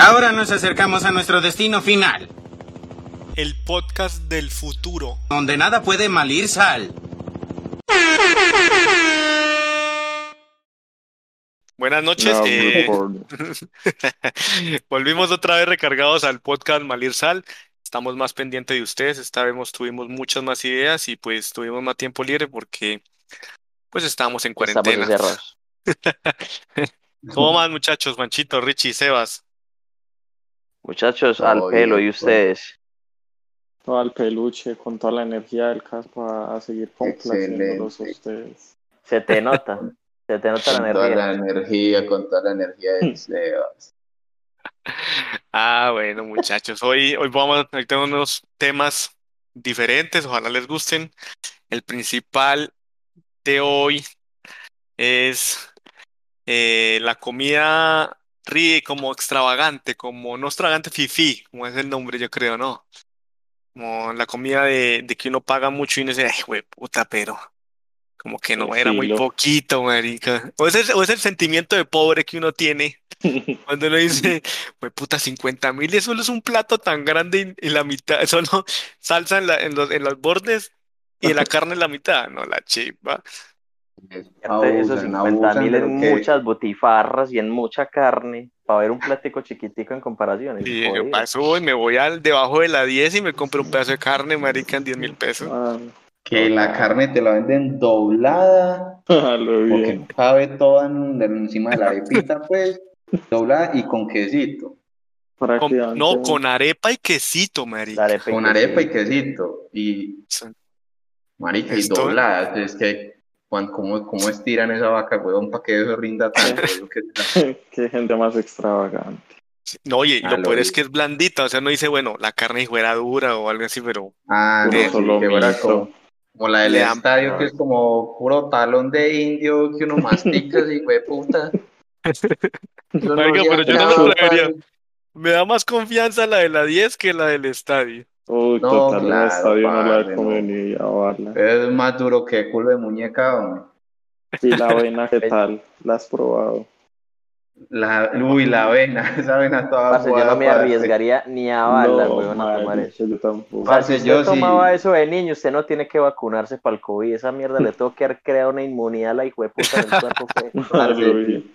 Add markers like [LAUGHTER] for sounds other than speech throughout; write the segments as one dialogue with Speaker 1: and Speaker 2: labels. Speaker 1: Ahora nos acercamos a nuestro destino final,
Speaker 2: El podcast del futuro.
Speaker 1: donde nada puede malir sal.
Speaker 2: Buenas noches.
Speaker 3: No,
Speaker 2: eh,
Speaker 3: por-
Speaker 2: [LAUGHS] volvimos otra vez recargados al podcast Malir Sal. Estamos más pendientes de ustedes. Esta vez nos tuvimos muchas más ideas y pues tuvimos más tiempo libre porque pues estábamos en
Speaker 3: Estamos
Speaker 2: cuarentena.
Speaker 3: encerrados.
Speaker 2: [LAUGHS] ¿Cómo más muchachos? Manchito, Richie, Sebas.
Speaker 3: Muchachos,
Speaker 4: Todo
Speaker 3: al
Speaker 4: bien, pues.
Speaker 3: pelo, ¿y
Speaker 4: todo.
Speaker 3: ustedes?
Speaker 5: Todo al peluche, con toda la energía del caso a, a seguir complaciéndolos a
Speaker 4: Excelente.
Speaker 5: ustedes.
Speaker 3: Se te
Speaker 4: [LAUGHS]
Speaker 3: nota, se te nota
Speaker 4: Con
Speaker 3: la
Speaker 4: toda
Speaker 3: energía.
Speaker 4: la energía, con toda la energía de Sebas.
Speaker 2: Ah, bueno, muchachos. Hoy, hoy vamos a tener unos temas diferentes. Ojalá les gusten. El principal de hoy es eh, la comida ríe como extravagante, como no extravagante fifí, como es el nombre, yo creo, ¿no? Como la comida de, de que uno paga mucho y uno dice, ay, güey, puta, pero como que no, era muy
Speaker 5: Filo.
Speaker 2: poquito, marica. O es el, o es el sentimiento de pobre que uno tiene cuando uno dice, güey, puta, 50 mil y solo es un plato tan grande y, y la mitad, [LAUGHS] solo salsa en, la- en los, en los bordes y la carne en la mitad. No, la chiva.
Speaker 3: Esos 50 mil en muchas botifarras y en mucha carne, para ver un platico chiquitico en comparación. es
Speaker 2: Y yo
Speaker 3: jodido.
Speaker 2: paso y me voy al debajo de la 10 y me compro un pedazo de carne, marica, en 10 mil pesos.
Speaker 5: Ah, [LAUGHS]
Speaker 4: Que la carne te la venden doblada,
Speaker 5: a lo
Speaker 4: porque
Speaker 5: bien.
Speaker 4: no cabe toda en- encima de la arepita, pues, doblada y con quesito.
Speaker 2: Con-
Speaker 5: prácticamente.
Speaker 2: no, con arepa y quesito,
Speaker 3: La
Speaker 2: marica.
Speaker 3: arepa y
Speaker 4: Con arepa y quesito. Y, marica, y
Speaker 2: Esto-
Speaker 4: doblada. Es que, Juan, ¿cómo, cómo estiran esa vaca, huevón, para que eso rinda tanto? Es lo que-
Speaker 5: [LAUGHS] Qué gente más extravagante.
Speaker 2: No, oye, y
Speaker 4: Ah,
Speaker 2: lo
Speaker 4: lo
Speaker 2: peor
Speaker 4: vi.
Speaker 2: es que es blandita, o sea, no dice, bueno, la carne fuera dura o algo así, pero
Speaker 4: Ah,
Speaker 5: Puro
Speaker 4: no, sí, que fuera
Speaker 5: solomito.
Speaker 4: como, como la del
Speaker 2: Le am-
Speaker 4: estadio, que es como puro talón de indio que uno mastica y güey, puta. Yo
Speaker 2: Oiga,
Speaker 4: olía
Speaker 2: pero yo no
Speaker 4: nada,
Speaker 2: me atrevería.
Speaker 4: padre.
Speaker 2: me da más confianza la de la 10 que la del estadio.
Speaker 5: Uy,
Speaker 4: No,
Speaker 5: total, en
Speaker 4: claro,
Speaker 5: el estadio no la
Speaker 4: padre,
Speaker 5: he
Speaker 4: no.
Speaker 5: comido ni a barla.
Speaker 4: Es más duro que culo de muñeca, hombre.
Speaker 5: Y la avena, ¿qué tal? ¿La has probado?
Speaker 4: La, uy, la avena, [LAUGHS] esa avena toda
Speaker 3: Parce, yo
Speaker 4: aguada,
Speaker 3: no me
Speaker 4: parce.
Speaker 3: arriesgaría ni a bala,
Speaker 5: no,
Speaker 3: weón, a tomar
Speaker 5: marica,
Speaker 3: eso.
Speaker 5: yo tampoco.
Speaker 4: Parce,
Speaker 3: Si usted
Speaker 4: yo sí.
Speaker 3: tomaba eso de niño, usted no tiene que vacunarse para el COVID. Esa mierda
Speaker 4: [LAUGHS]
Speaker 3: le tengo que haber creado una inmunidad a la hijueputa del cuerpo. fue.
Speaker 5: A [LAUGHS] lo bien.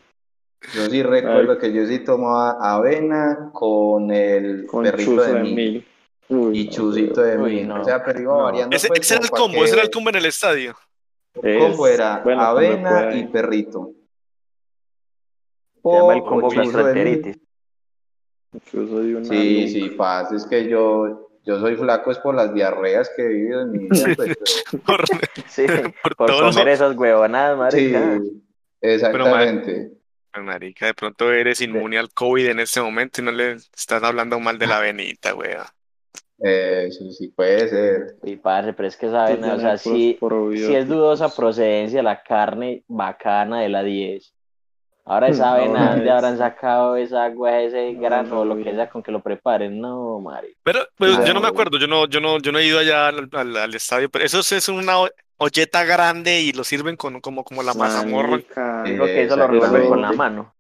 Speaker 4: Yo sí recuerdo que yo sí tomaba avena con el
Speaker 5: Con
Speaker 4: perrito
Speaker 5: chuzo
Speaker 4: de
Speaker 5: de
Speaker 4: mí
Speaker 5: mil. Uy,
Speaker 4: y
Speaker 5: no,
Speaker 4: chucito de
Speaker 3: Uy,
Speaker 4: mí.
Speaker 3: no.
Speaker 4: O sea, pero iba
Speaker 3: No.
Speaker 4: variando.
Speaker 2: Ese,
Speaker 4: pues,
Speaker 2: ese era el
Speaker 4: como pa'
Speaker 2: combo, ese era el
Speaker 4: que-
Speaker 2: combo en el estadio. [LAUGHS]
Speaker 5: es-
Speaker 4: combo era
Speaker 5: bueno, cuando
Speaker 4: avena
Speaker 5: pueda.
Speaker 4: y perrito.
Speaker 3: Se llama el
Speaker 4: O
Speaker 3: combo
Speaker 4: chuzo de
Speaker 3: gastroenteritis.
Speaker 5: Chuzo de una
Speaker 4: Sí,
Speaker 5: nuca.
Speaker 4: sí, paz, es que yo, yo soy flaco es por las diarreas que he vivido en mi vida, pues, pero-
Speaker 2: Por-
Speaker 3: Sí,
Speaker 2: por
Speaker 3: por
Speaker 2: todo lo-
Speaker 3: comer esas huevonadas, marica.
Speaker 4: sí, exactamente.
Speaker 2: Ay, Marica, de pronto eres inmune al COVID en este momento y no le estás hablando mal de la venita, wea.
Speaker 4: Eh, Eso sí puede ser.
Speaker 3: Y parce, pero es que esa
Speaker 5: Entonces,
Speaker 3: vaina, o sea,
Speaker 5: tiene puros
Speaker 3: sí, sí es
Speaker 5: probióticos.
Speaker 3: dudosa procedencia la carne bacana de la 10. Ahora esa
Speaker 5: No,
Speaker 3: avena, ¿dónde
Speaker 5: es-
Speaker 3: habrán sacado esa agua, ese
Speaker 5: No,
Speaker 3: grano o lo
Speaker 5: no.
Speaker 3: que sea con que lo preparen? No, marica.
Speaker 2: Pero, pero
Speaker 4: Ah,
Speaker 2: yo no me
Speaker 4: no.
Speaker 2: acuerdo, yo no, yo no, yo no he ido allá al, al- al estadio, pero eso es- es una o- olleta grande y lo sirven con como, como la mazamorra.
Speaker 5: Marica,
Speaker 4: Sí.
Speaker 3: Digo que eso lo revuelven con la mano.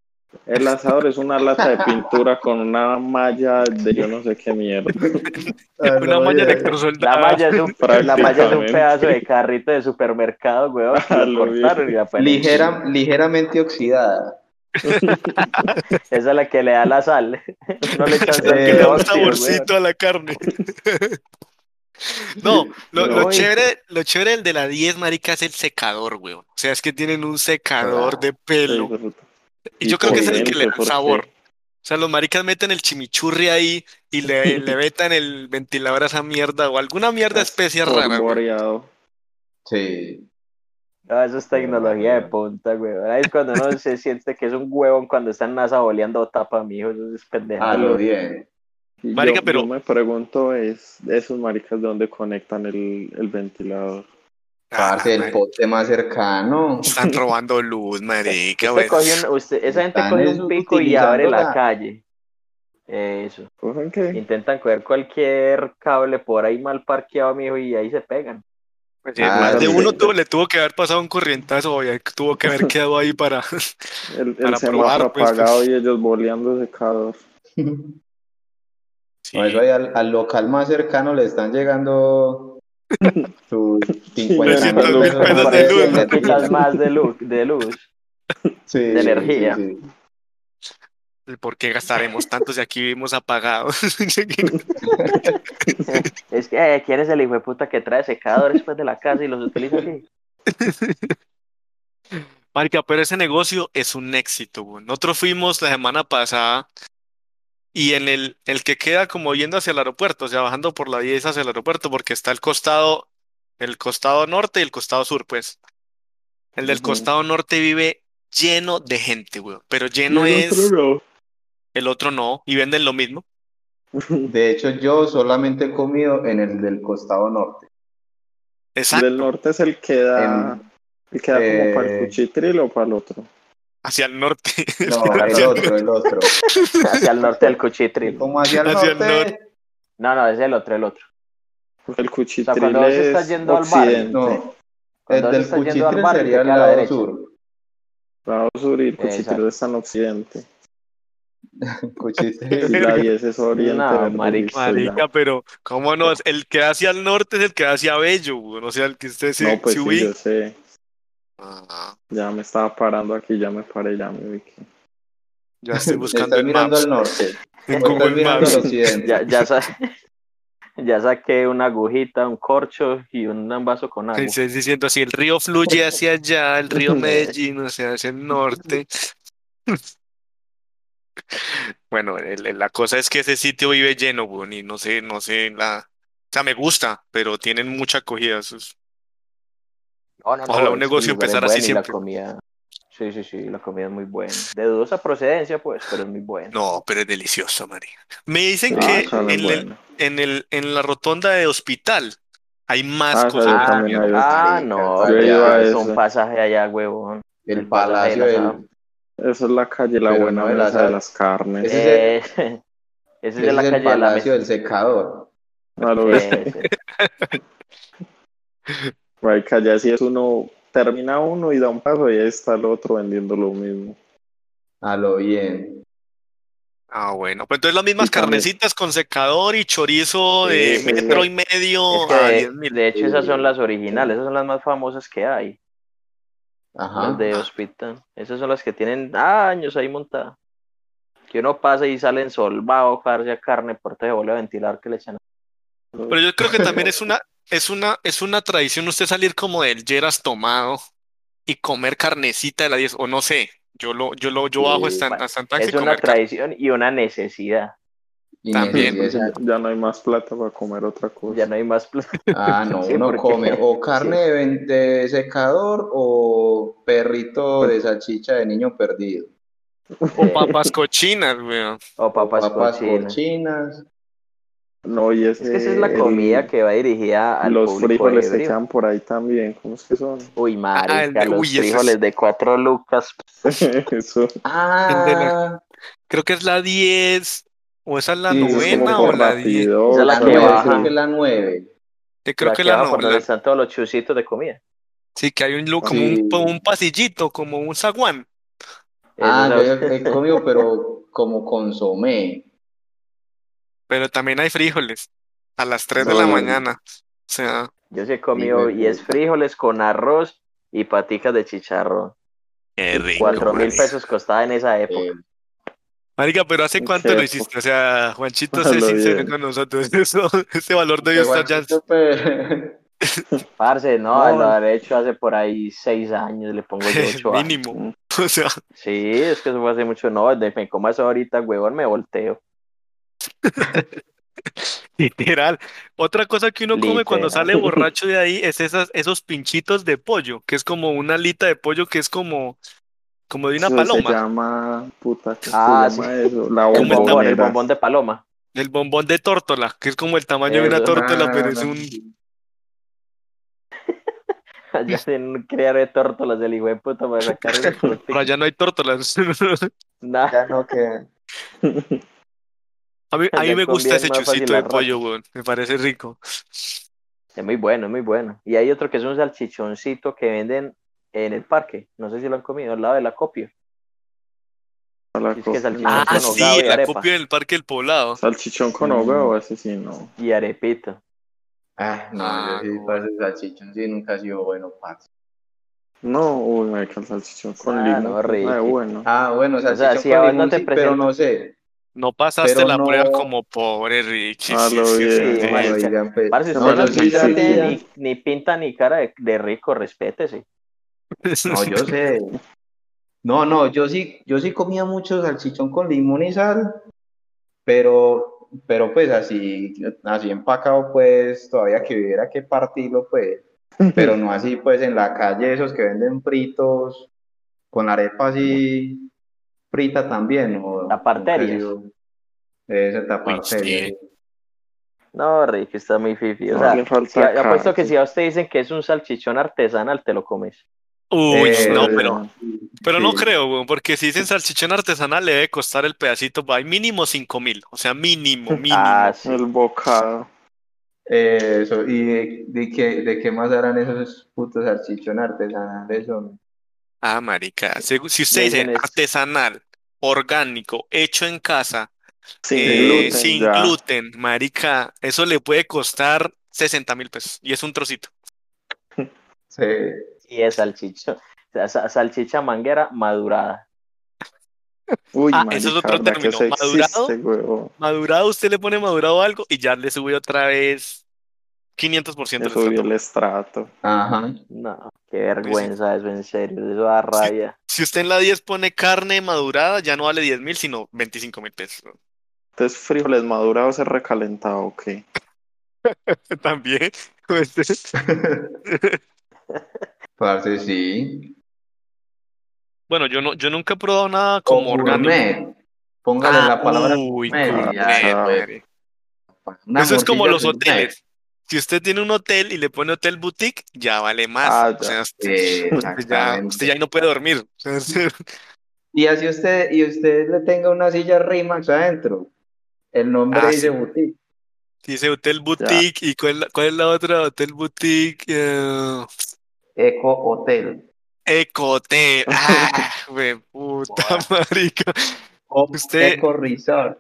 Speaker 5: El asador es una lata de pintura con una malla de yo no sé qué mierda.
Speaker 2: [LAUGHS] Una malla
Speaker 3: La
Speaker 2: electrosoldada.
Speaker 3: malla
Speaker 2: [LAUGHS]
Speaker 3: es un, la malla es un
Speaker 5: Prácticamente.
Speaker 3: pedazo de carrito de supermercado, weón. que
Speaker 2: [LAUGHS]
Speaker 5: A
Speaker 3: Lo
Speaker 5: lo
Speaker 3: cortaron y la ponen.
Speaker 4: Ligera, ligeramente oxidada.
Speaker 3: Esa es la que le da la sal. [LAUGHS] No
Speaker 2: [LAUGHS]
Speaker 3: le echan sal.
Speaker 4: Eh,
Speaker 2: que le da un
Speaker 3: weón,
Speaker 2: saborcito a la carne. [LAUGHS] No, lo, lo
Speaker 3: No, y-
Speaker 2: chévere, lo chévere del de la 10, marica, es el secador, weón. O sea, es que tienen un
Speaker 3: Ah,
Speaker 2: secador de pelo. Y yo creo que ese es el que le da el
Speaker 5: Potente,
Speaker 2: sabor.
Speaker 5: porque-
Speaker 2: O sea, los maricas meten el chimichurri ahí y le,
Speaker 3: [LAUGHS]
Speaker 2: le metan el ventilador a esa mierda o alguna mierda especia rara. güey.
Speaker 5: Polvoreado.
Speaker 4: Sí.
Speaker 3: No, eso es tecnología de punta, güey. Ahí es cuando uno se siente que es un huevón cuando está en NASA boleando tapa, mijo. Eso es
Speaker 2: Ah,
Speaker 4: A
Speaker 3: pendejado.
Speaker 4: lo bien.
Speaker 5: Y
Speaker 2: Marica,
Speaker 5: yo,
Speaker 2: pero-
Speaker 5: yo me pregunto es esos maricas de dónde conectan el, el ventilador.
Speaker 4: Parce,
Speaker 2: Ah,
Speaker 4: el poste más cercano.
Speaker 2: Están robando luz, marica, güey.
Speaker 3: Usted coge un- usted- esa gente
Speaker 4: Están
Speaker 3: coge
Speaker 4: es
Speaker 3: un pico y
Speaker 4: utilizando
Speaker 3: abre la
Speaker 4: la-
Speaker 3: calle. Eso.
Speaker 5: ¿Cogen qué?
Speaker 3: Intentan coger cualquier cable por ahí mal parqueado, mijo, y ahí se pegan.
Speaker 2: Pues sí, más de uno tuvo- le tuvo que haber pasado un corrientazo, obvio, tuvo que haber quedado ahí para. [LAUGHS]
Speaker 5: El, el
Speaker 2: Para probar,
Speaker 5: semáforo
Speaker 2: pues,
Speaker 5: apagado
Speaker 2: pues.
Speaker 5: y ellos boleando secador.
Speaker 2: Sí.
Speaker 4: Por eso ahí al, al local más cercano le están
Speaker 3: [LAUGHS]
Speaker 4: llegando sus 50
Speaker 5: 300 mil pesos
Speaker 4: para
Speaker 2: de
Speaker 4: eso,
Speaker 2: luz, ¿no?
Speaker 4: energía.
Speaker 3: Quizás más de luz, de luz.
Speaker 2: [LAUGHS]
Speaker 4: Sí,
Speaker 3: de energía.
Speaker 4: sí, sí.
Speaker 2: ¿Por qué gastaremos tanto si aquí vivimos apagados? [LAUGHS]
Speaker 3: Es que, eh, ¿quién es el hijo de puta que trae secadores después de la casa y los utiliza aquí?
Speaker 2: Marica, pero ese negocio es un éxito, güey. Nosotros fuimos la semana pasada y en el, el que queda como yendo hacia el aeropuerto, o sea, bajando por la 10 hacia el aeropuerto, porque está el costado, el costado norte y el costado sur, pues. El del
Speaker 5: Ujú.
Speaker 2: costado norte vive lleno de gente, güey. Pero lleno
Speaker 5: Y
Speaker 2: es,
Speaker 5: el otro
Speaker 2: el otro no, y venden lo mismo.
Speaker 5: no.
Speaker 4: De hecho, yo solamente he comido en el del costado norte.
Speaker 2: Exacto,
Speaker 5: Del norte es el que
Speaker 3: Ah.
Speaker 5: da,
Speaker 4: En-
Speaker 5: el que da
Speaker 4: eh,
Speaker 5: como para el cuchitril o para el otro.
Speaker 2: hacia el norte. [LAUGHS]
Speaker 4: No, el otro, el otro.
Speaker 3: Hacia el norte del cuchitril.
Speaker 4: Como hacia el
Speaker 2: Hacia el
Speaker 4: norte.
Speaker 3: No, no, es el otro, el otro.
Speaker 5: El cuchitril
Speaker 3: cuando vos
Speaker 5: es
Speaker 3: estás yendo al bar,
Speaker 5: occidente,
Speaker 4: No, el
Speaker 3: Cuando
Speaker 4: del
Speaker 3: estás yendo al
Speaker 4: cuchitre
Speaker 3: bar,
Speaker 4: sería
Speaker 3: te queda
Speaker 4: el
Speaker 3: a la
Speaker 4: lado
Speaker 3: derecha.
Speaker 4: sur.
Speaker 5: lado sur y el
Speaker 3: Exacto.
Speaker 5: cuchitril está en occidente.
Speaker 4: El
Speaker 2: [LAUGHS]
Speaker 4: cuchitre.
Speaker 5: Y la 10 es oriente.
Speaker 3: No,
Speaker 5: verde,
Speaker 3: marica.
Speaker 5: listo, ya.
Speaker 2: Marica, pero ¿cómo no? El que da hacia el norte es el que da hacia Bello, güey. O sea, el que usted se,
Speaker 5: No, pues
Speaker 2: se
Speaker 5: sí,
Speaker 2: ubica.
Speaker 5: yo sé.
Speaker 2: Ah,
Speaker 5: Ya me estaba parando aquí, ya me paré, ya me ubiqué.
Speaker 2: ya
Speaker 4: [LAUGHS]
Speaker 2: estoy buscando
Speaker 4: Estás
Speaker 2: en
Speaker 4: mirando
Speaker 2: Maps.
Speaker 4: al norte.
Speaker 2: En
Speaker 4: o estás
Speaker 2: Google
Speaker 4: mirando al
Speaker 2: Maps.
Speaker 4: occidente.
Speaker 3: Ya, ya, sa- [LAUGHS] ya saqué una agujita, un corcho y un vaso con agua.
Speaker 2: Y se- Ah, diciendo así, el río fluye hacia allá, el
Speaker 4: [LAUGHS]
Speaker 2: río Medellín, o sea, hacia el norte. Bueno, el- el- la cosa es que ese sitio vive lleno, weón, y no sé, no sé, la... O sea, me gusta, pero tienen mucha acogida. eso es-
Speaker 3: No, no, no,
Speaker 2: Ojalá un
Speaker 3: es que
Speaker 2: negocio
Speaker 3: el lugar es
Speaker 2: empezara así
Speaker 3: bueno y la
Speaker 2: siempre.
Speaker 3: comida- Sí, sí, sí, la comida es muy buena. De dudosa procedencia, pues, pero es muy buena.
Speaker 2: No, pero es delicioso, María. Me dicen
Speaker 5: Ah,
Speaker 2: que
Speaker 5: claro,
Speaker 2: en, el,
Speaker 5: bueno.
Speaker 2: en, el, en la rotonda de hospital hay más
Speaker 5: Ah,
Speaker 2: cosas.
Speaker 5: yo
Speaker 2: de
Speaker 5: también
Speaker 2: mierda.
Speaker 5: hay
Speaker 3: Ah,
Speaker 4: Marica,
Speaker 3: no,
Speaker 5: yo
Speaker 3: ya,
Speaker 5: iba a
Speaker 3: es un
Speaker 5: ese.
Speaker 3: pasaje allá, huevón.
Speaker 4: El palacio del.
Speaker 5: Esa es la calle La
Speaker 4: Pero
Speaker 5: Buena
Speaker 4: no de
Speaker 5: Mesa
Speaker 4: las-
Speaker 5: de las Carnes. [LAUGHS]
Speaker 4: Ese
Speaker 3: Eh,
Speaker 4: es
Speaker 3: [LAUGHS] ese es
Speaker 4: ese
Speaker 3: de
Speaker 4: es
Speaker 3: la
Speaker 4: el
Speaker 3: calle de la mesa.
Speaker 4: palacio del secador.
Speaker 5: A lo
Speaker 2: [LAUGHS]
Speaker 5: bestia.
Speaker 3: Ese.
Speaker 5: Marica, ya si es uno, termina uno y da un paso y ahí está el otro vendiendo lo mismo.
Speaker 4: A lo bien.
Speaker 2: Ah, bueno, pues entonces las mismas
Speaker 5: Y también-
Speaker 2: carnecitas con secador y chorizo
Speaker 3: Sí,
Speaker 2: de
Speaker 5: sí, sí.
Speaker 2: metro y medio
Speaker 3: Es que
Speaker 2: a
Speaker 3: de-
Speaker 2: 10 mil.
Speaker 3: de hecho, esas son las originales, esas son las más famosas que hay.
Speaker 4: Ajá. Ah.
Speaker 3: Las de hospital. Esas son las que tienen años ahí montadas. Que uno pasa y sale ensolvado, parce a carne, por todo se vuelve a ventilar que le echan.
Speaker 2: Pero yo creo que también es una, es una, es una tradición usted salir como del Lleras tomado y comer carnecita de la 10, o no sé, yo lo, yo lo, yo bajo
Speaker 4: Sí,
Speaker 2: hasta,
Speaker 3: bueno,
Speaker 2: hasta en taxi
Speaker 3: Es
Speaker 2: y
Speaker 3: una
Speaker 2: comer carne.
Speaker 3: tradición y una necesidad.
Speaker 4: Y
Speaker 2: También.
Speaker 4: necesitas-
Speaker 5: Ya no hay más plata para comer otra cosa.
Speaker 3: Ya no hay más plan.
Speaker 4: Ah,
Speaker 2: [LAUGHS]
Speaker 4: no,
Speaker 3: Sí,
Speaker 4: uno
Speaker 3: porque-
Speaker 4: come o carne de ven- de secador o perrito
Speaker 2: Pues
Speaker 4: de salchicha de niño perdido.
Speaker 2: O papas cochinas, weón.
Speaker 3: O papas,
Speaker 4: Papas
Speaker 3: cochinas.
Speaker 4: cochinas.
Speaker 5: No, y
Speaker 3: Es que esa es la comida que va dirigida al
Speaker 5: Los
Speaker 3: público
Speaker 5: frijoles que
Speaker 3: ebrio.
Speaker 5: quedan por ahí también, ¿cómo es que son? [LAUGHS]
Speaker 3: Uy,
Speaker 2: Ah, el
Speaker 3: marica,
Speaker 2: de-
Speaker 3: los
Speaker 2: uy, ese es-
Speaker 3: frijoles de cuatro lucas.
Speaker 5: Eso.
Speaker 4: Ah,
Speaker 2: Creo que es la 10, o esa es la
Speaker 4: Sí, es como
Speaker 2: novena
Speaker 4: por
Speaker 2: o la 10.
Speaker 5: batidor,
Speaker 3: Esa es la
Speaker 5: por
Speaker 3: que
Speaker 4: nueve,
Speaker 5: eso.
Speaker 3: baja.
Speaker 4: creo que la nueve.
Speaker 2: Yo creo
Speaker 3: la
Speaker 2: que
Speaker 3: que
Speaker 2: la
Speaker 3: abajo,
Speaker 2: novena.
Speaker 3: donde están todos los chusitos de comida.
Speaker 2: Sí, que hay un, lu- como
Speaker 4: Sí.
Speaker 2: un, un pasillito, como un zaguán.
Speaker 4: Ah,
Speaker 3: Esas-
Speaker 4: yo he he comido, pero como consomé.
Speaker 2: Pero también hay frijoles a las 3 de la
Speaker 4: No.
Speaker 2: mañana. O sea,
Speaker 3: [LAUGHS] Yo sí he comido
Speaker 4: Sí,
Speaker 3: y es frijoles con arroz y paticas de chicharrón.
Speaker 2: Qué rico, pues.
Speaker 3: Cuatro mil
Speaker 2: marica.
Speaker 3: pesos costaba en esa época.
Speaker 4: Eh,
Speaker 2: Marica, pero ¿hace
Speaker 5: Qué
Speaker 2: cuánto lo
Speaker 5: rico.
Speaker 2: hiciste? O sea, Juanchito,
Speaker 5: A
Speaker 2: sé
Speaker 5: lo
Speaker 2: sincero
Speaker 5: bien.
Speaker 2: con nosotros. [LAUGHS] Eso, ese valor debió estar ya.
Speaker 4: Juanchito, pero-
Speaker 2: [LAUGHS]
Speaker 3: Parce, no,
Speaker 4: No.
Speaker 3: lo habré hecho hace por ahí seis años, le pongo
Speaker 2: [LAUGHS]
Speaker 3: yo ocho años.
Speaker 2: Mínimo. O sea,
Speaker 3: Sí, es que eso fue hace mucho, no, de- me como eso ahorita, huevón, me volteo.
Speaker 2: literal. Otra cosa que uno come cuando
Speaker 3: Literal.
Speaker 2: sale borracho de ahí es esas, esos pinchitos de pollo, que es como una alita de pollo que es como, como de una
Speaker 5: Eso Se
Speaker 2: paloma.
Speaker 5: llama, puta, ¿qué
Speaker 3: Ah,
Speaker 5: se llama eso? La
Speaker 2: Como el
Speaker 3: El bombón, el
Speaker 5: bombonera.
Speaker 3: bombón de paloma.
Speaker 2: El bombón de tórtola, que es como el tamaño de una
Speaker 3: Eso.
Speaker 2: tórtola, pero
Speaker 4: ah,
Speaker 2: es un.
Speaker 3: [LAUGHS] Allá en crear de tórtolas del hijo de puta para sacar el
Speaker 2: Por allá no hay tórtolas. [LAUGHS]
Speaker 3: Nah,
Speaker 4: Ya no queda.
Speaker 2: A mí, a mí
Speaker 3: Le
Speaker 2: me gusta
Speaker 3: conviene
Speaker 2: ese
Speaker 3: más fácil
Speaker 2: chucito de
Speaker 3: las
Speaker 2: pollo, weón. Me parece rico.
Speaker 3: Es muy bueno, es muy bueno. Y hay otro que es un salchichoncito que venden en el parque. No sé si lo han comido, al lado de la copia.
Speaker 5: La
Speaker 3: Es que
Speaker 5: copia.
Speaker 3: salchichón.
Speaker 2: Ah,
Speaker 3: con
Speaker 2: sí,
Speaker 3: hogado y
Speaker 2: la
Speaker 3: arepa.
Speaker 2: copia del Parque del Poblado.
Speaker 5: Salchichón con
Speaker 4: Mm.
Speaker 5: hogao, ese sí, no.
Speaker 3: Y arepita.
Speaker 4: Ah, no,
Speaker 2: Ah,
Speaker 4: yo sí,
Speaker 2: no.
Speaker 4: parce, salchichón sí nunca ha sido bueno, parce.
Speaker 5: No, uy, marica, el salchichón con
Speaker 3: Ah,
Speaker 5: limón.
Speaker 3: no,
Speaker 5: es la de
Speaker 3: rico.
Speaker 5: bueno.
Speaker 4: Ah, bueno, salchichón
Speaker 3: si
Speaker 4: con
Speaker 3: a vos
Speaker 4: limón
Speaker 3: no te
Speaker 4: sí, pero no sé.
Speaker 2: No pasaste
Speaker 4: Pero
Speaker 2: la
Speaker 4: no-
Speaker 2: prueba como pobre Richie.
Speaker 5: Ah,
Speaker 2: sí,
Speaker 5: lo
Speaker 2: sí,
Speaker 5: vi,
Speaker 2: sí,
Speaker 5: sí,
Speaker 2: sí. [LAUGHS]
Speaker 3: marica.
Speaker 4: Oigan, pues,
Speaker 3: Parce,
Speaker 5: No,
Speaker 3: usted no
Speaker 5: yo sí
Speaker 3: pinta
Speaker 4: sabía.
Speaker 3: ni, ni pinta ni cara de, de rico, respétese.
Speaker 4: No, yo sé. No, no, yo sí, yo sí comía mucho salchichón con limón y sal, pero, pero pues así, así empacado, pues todavía que hubiera que partirlo, pues, pero no así, pues en la calle esos que venden fritos, con arepa así frita también, o
Speaker 3: Taparterias.
Speaker 4: Esa
Speaker 2: Uy,
Speaker 4: taparteria.
Speaker 2: sí.
Speaker 3: No, Ricky, está muy fifi. O
Speaker 5: No,
Speaker 3: sea,
Speaker 5: le falta
Speaker 3: si a-
Speaker 5: cara,
Speaker 3: apuesto que
Speaker 5: sí.
Speaker 3: si a usted dicen que es un salchichón artesanal, te lo comes.
Speaker 2: Uy,
Speaker 4: Eh,
Speaker 2: no,
Speaker 4: eh,
Speaker 2: pero, pero no
Speaker 4: sí.
Speaker 2: creo, weón, porque si dicen salchichón artesanal le debe costar el pedacito, hay mínimo 5 mil, o sea, mínimo, mínimo.
Speaker 3: [LAUGHS] Ah, sí.
Speaker 5: El bocado.
Speaker 4: Eh, Eso, ¿y de, de qué, de qué más harán esos putos salchichón artesanales? hombre?
Speaker 2: Ah, marica, si, si usted
Speaker 3: Le
Speaker 2: dice
Speaker 3: dicen eso.
Speaker 2: artesanal, orgánico, hecho en casa,
Speaker 5: Sin
Speaker 2: eh,
Speaker 5: gluten,
Speaker 2: sin
Speaker 5: ya.
Speaker 2: gluten, marica, eso le puede costar 60 mil pesos y es un trocito.
Speaker 4: Sí.
Speaker 3: Y es salchichón. O sea, sa- salchicha manguera madurada.
Speaker 5: Uy,
Speaker 2: Ah,
Speaker 5: marica,
Speaker 2: eso es otro
Speaker 5: ¿verdad que
Speaker 2: término,
Speaker 5: eso
Speaker 2: madurado.
Speaker 5: existe, huevón?
Speaker 2: Madurado, usted le pone madurado algo y ya le sube otra vez 500% el
Speaker 5: Le subió
Speaker 2: estrato.
Speaker 5: el estrato.
Speaker 2: [LAUGHS]
Speaker 4: Ajá.
Speaker 3: No, qué vergüenza eso, en serio. Eso da rabia.
Speaker 2: Si usted en la 10 pone carne madurada, ya no vale 10 mil, sino 25 mil pesos. [LAUGHS]
Speaker 5: Entonces, frijoles madurados es recalentado, ok.
Speaker 2: También. [LAUGHS]
Speaker 4: Parce, sí.
Speaker 2: Bueno, yo no, yo nunca he probado nada como
Speaker 4: O
Speaker 2: orgánico.
Speaker 4: gourmet. Póngale
Speaker 2: Ah,
Speaker 4: la palabra
Speaker 2: uy,
Speaker 4: gourmet y ya,
Speaker 2: gourmet,
Speaker 4: güey.
Speaker 2: marica.
Speaker 4: Una
Speaker 2: Eso es como
Speaker 4: morcilla
Speaker 2: los
Speaker 4: gourmet.
Speaker 2: hoteles. Si usted tiene un hotel y le pone hotel boutique, ya vale más.
Speaker 5: Ah,
Speaker 2: O sea, usted,
Speaker 4: Eh,
Speaker 2: usted ya, usted ya
Speaker 4: Exactamente.
Speaker 2: ahí no puede dormir. [LAUGHS]
Speaker 4: Y así usted, y usted le tenga una silla Rimax adentro. El nombre
Speaker 2: Ah,
Speaker 4: dice
Speaker 2: sí.
Speaker 4: boutique.
Speaker 2: Dice hotel boutique. ¿Y cuál, cuál es la otra? Hotel boutique. eh,
Speaker 4: Eco Hotel.
Speaker 2: Ecote.
Speaker 4: [LAUGHS]
Speaker 2: Ah, güey, puta marica.
Speaker 4: O
Speaker 2: Usted-
Speaker 4: Eco Resort.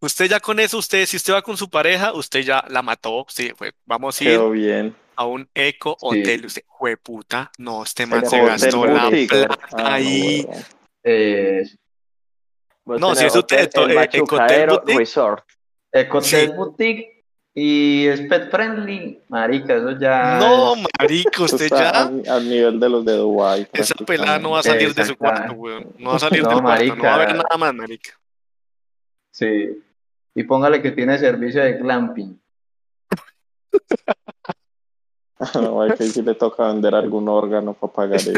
Speaker 2: Usted ya con eso, usted, si usted va con su pareja, usted ya la mató. Sí, güey, vamos a ir
Speaker 5: Quedó bien.
Speaker 2: a un eco hotel. Usted, jueputa, no, este man
Speaker 5: Eco
Speaker 2: se
Speaker 5: hotel
Speaker 2: gastó la
Speaker 5: boutique.
Speaker 2: plata
Speaker 5: Ah,
Speaker 2: ahí.
Speaker 5: no, huevón.
Speaker 4: Eh,
Speaker 3: Vos
Speaker 2: No, si
Speaker 3: tenés
Speaker 2: es hotel, to-
Speaker 3: el
Speaker 2: eh, eh,
Speaker 3: Machucadero
Speaker 2: hotel boutique.
Speaker 3: Resort.
Speaker 4: Eco
Speaker 2: Sí.
Speaker 4: Hotel Boutique. Y es pet friendly. Marica, eso ya.
Speaker 2: No, marico,
Speaker 5: Eso
Speaker 2: usted ya,
Speaker 5: está al, al nivel de los de Dubái.
Speaker 2: esa pelada no va a salir de su cuarto,
Speaker 4: Exactamente.
Speaker 2: weón. No va a salir
Speaker 4: No,
Speaker 2: del cuarto, no va a ver
Speaker 4: marica.
Speaker 2: nada más, marica.
Speaker 4: Sí. Y póngale que tiene servicio de glamping.
Speaker 5: prácticamente. No, hay que si le toca vender algún órgano para
Speaker 3: [LAUGHS]
Speaker 5: pagar eso.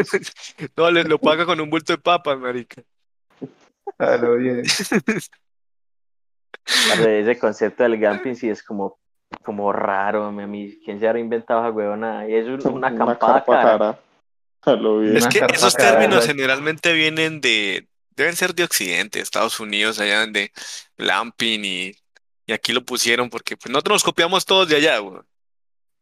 Speaker 2: No, le, lo paga con un bulto de papas, marica. Ah,
Speaker 4: A lo bien.
Speaker 3: Parce, Ese concepto del glamping sí es como, como raro. mami. A mí, ¿quién se habrá inventado esa huevona? Y es un- una acampada
Speaker 5: carpa
Speaker 3: cara.
Speaker 5: cara. [LAUGHS] A lo bien.
Speaker 2: Es
Speaker 4: Una
Speaker 2: que
Speaker 4: carpa
Speaker 2: esos
Speaker 4: cara,
Speaker 2: términos
Speaker 4: ¿verdad?
Speaker 2: generalmente vienen de, deben ser de Occidente, Estados Unidos, allá donde Lampin y, y aquí lo pusieron porque pues, nosotros nos copiamos todos de allá, güey.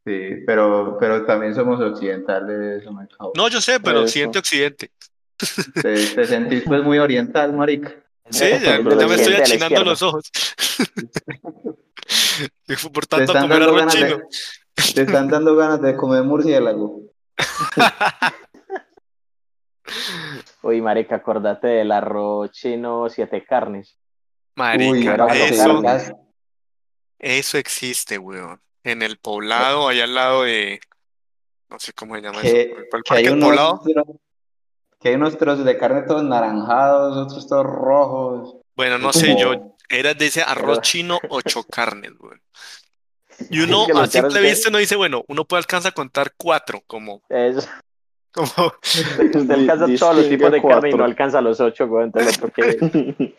Speaker 4: Sí, pero, pero también somos occidentales, eso me cago.
Speaker 2: No, yo sé, pero
Speaker 5: Eso.
Speaker 2: Occidente,
Speaker 4: [LAUGHS]
Speaker 2: Occidente.
Speaker 4: Te, te sentís pues muy oriental, marica.
Speaker 2: Sí, ya,
Speaker 3: El
Speaker 5: pero
Speaker 2: ya me
Speaker 5: Occidente
Speaker 2: estoy
Speaker 3: a la
Speaker 2: achinando
Speaker 3: izquierda.
Speaker 2: los ojos. [LAUGHS] Y fue Por
Speaker 4: Te
Speaker 2: tanto,
Speaker 4: están
Speaker 2: comer
Speaker 4: dando
Speaker 2: arroz
Speaker 4: ganas de,
Speaker 2: chino.
Speaker 4: te están dando ganas de comer murciélago.
Speaker 3: Uy, marica, acordate del arroz chino siete carnes.
Speaker 2: Marica,
Speaker 4: para
Speaker 2: eso,
Speaker 4: tocarlas.
Speaker 2: eso existe, weón. En el poblado, allá al lado de, no sé cómo se llama eso,
Speaker 4: Que,
Speaker 2: el
Speaker 4: que hay
Speaker 2: parque del
Speaker 4: unos
Speaker 2: poblado.
Speaker 4: tro- que hay unos trozos de carne todos naranjados, otros todos rojos.
Speaker 2: Bueno, no
Speaker 4: Es
Speaker 2: sé, yo,
Speaker 4: como-
Speaker 2: Era de ese arroz
Speaker 3: Pero-
Speaker 2: chino
Speaker 3: [LAUGHS]
Speaker 2: ocho carnes, güey. Y
Speaker 3: Es
Speaker 2: uno
Speaker 3: que los
Speaker 2: a simple
Speaker 3: caras que-
Speaker 2: vista no dice, bueno, uno puede alcanzar a contar cuatro, como, [LAUGHS]
Speaker 3: Es- [LAUGHS]
Speaker 2: como,
Speaker 3: usted
Speaker 5: Di-
Speaker 3: alcanza todos los
Speaker 5: distingue
Speaker 3: tipos de carne y
Speaker 5: cuatro.
Speaker 3: no alcanza los ocho, güey.
Speaker 5: [LAUGHS]
Speaker 3: Entonces, el otro que-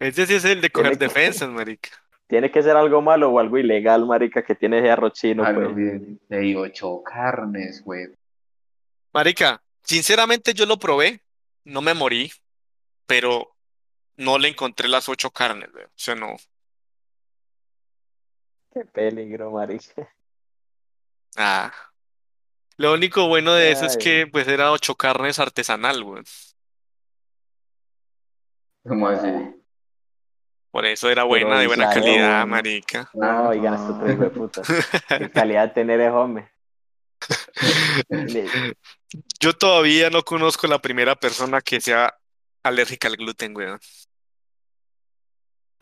Speaker 2: ese sí es el de coger
Speaker 3: Tiene que-
Speaker 2: defensas, marica.
Speaker 3: tiene que ser algo malo o algo ilegal, marica, que tiene ese arroz chino,
Speaker 4: a
Speaker 3: pues.
Speaker 4: lo bien. Le digo, ocho carnes, güey.
Speaker 2: Marica, sinceramente yo lo probé, no me morí, pero no le encontré las ocho carnes, güey. O sea, no.
Speaker 3: Qué peligro, marica.
Speaker 2: Ah. Lo único bueno de eso es
Speaker 4: Ay.
Speaker 2: que pues era ocho carnes artesanal, weón.
Speaker 4: ¿Cómo así?
Speaker 3: Ah,
Speaker 2: Por eso era buena, de buena
Speaker 3: Improvisado,
Speaker 2: calidad,
Speaker 3: weón.
Speaker 2: marica.
Speaker 4: Ah,
Speaker 3: No, oigan, esto
Speaker 4: no.
Speaker 3: otro hijo de puta. Qué calidad tener es hombre. Le-
Speaker 2: Yo todavía no conozco la primera persona que sea alérgica al gluten, weón.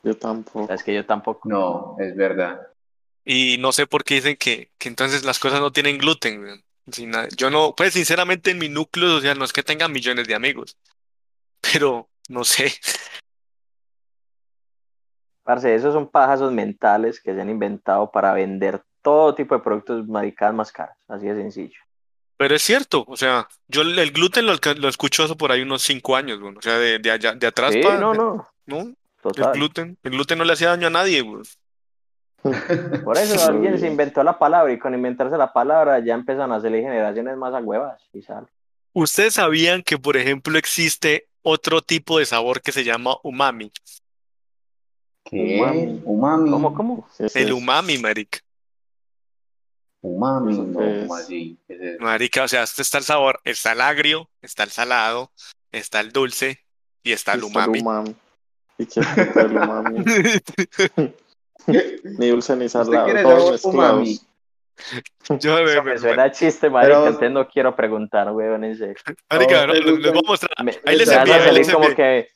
Speaker 5: Yo tampoco.
Speaker 3: Es que yo tampoco.
Speaker 4: No, es verdad.
Speaker 2: Y no sé por qué dicen que, que entonces las cosas no tienen gluten, weón. Si na- yo no, pues sinceramente en mi núcleo social no es que tenga millones de amigos, pero no sé. [LAUGHS]
Speaker 3: Parce, esos son pajazos mentales que se han inventado para vender todo tipo de productos maricadas más caros. Así de sencillo.
Speaker 2: Pero es cierto, o sea, yo el el gluten lo, alca- lo escucho eso por ahí unos cinco años, weón. O sea, de, de allá, de atrás
Speaker 3: Sí,
Speaker 2: pa-
Speaker 3: no,
Speaker 2: de-
Speaker 3: no.
Speaker 2: ¿no? El
Speaker 3: Total.
Speaker 2: gluten, el gluten no le hacía daño a nadie, weón.
Speaker 3: Por eso alguien se inventó la palabra y con inventarse la palabra ya empiezan a hacerle generaciones más a huevas y sal.
Speaker 2: ¿Ustedes sabían que, por ejemplo, existe otro tipo de sabor que se llama umami?
Speaker 4: ¿Qué?
Speaker 5: Umami.
Speaker 4: Umami.
Speaker 3: ¿Cómo, cómo?
Speaker 5: ¿Qué es
Speaker 2: El
Speaker 5: eso?
Speaker 2: umami, marica.
Speaker 4: Umami,
Speaker 5: ¿Eso
Speaker 4: no,
Speaker 5: qué
Speaker 4: ¿cómo
Speaker 5: es?
Speaker 4: así? ¿Qué es eso?
Speaker 2: Marica, o sea, este está el sabor, está el agrio, está el salado, está el dulce y está el
Speaker 5: Está el
Speaker 2: umami.
Speaker 5: umami. ¿Y qué puta
Speaker 2: [LAUGHS]
Speaker 5: el umami? [LAUGHS] Ni dulce ni salado,
Speaker 4: quiere
Speaker 5: todos
Speaker 4: sabor
Speaker 5: mezclados.
Speaker 4: umami?
Speaker 2: Yo, me-
Speaker 3: Eso
Speaker 2: me-
Speaker 3: me suena a chiste, marica.
Speaker 4: Pero-
Speaker 3: Entonces no quiero preguntar, weón, en serio.
Speaker 2: Marica,
Speaker 4: No,
Speaker 2: les, les voy a mostrar.
Speaker 3: Me,
Speaker 2: Ahí les
Speaker 3: me vas
Speaker 2: envié,
Speaker 3: a
Speaker 2: ahí les
Speaker 3: salir como
Speaker 2: envié.
Speaker 3: que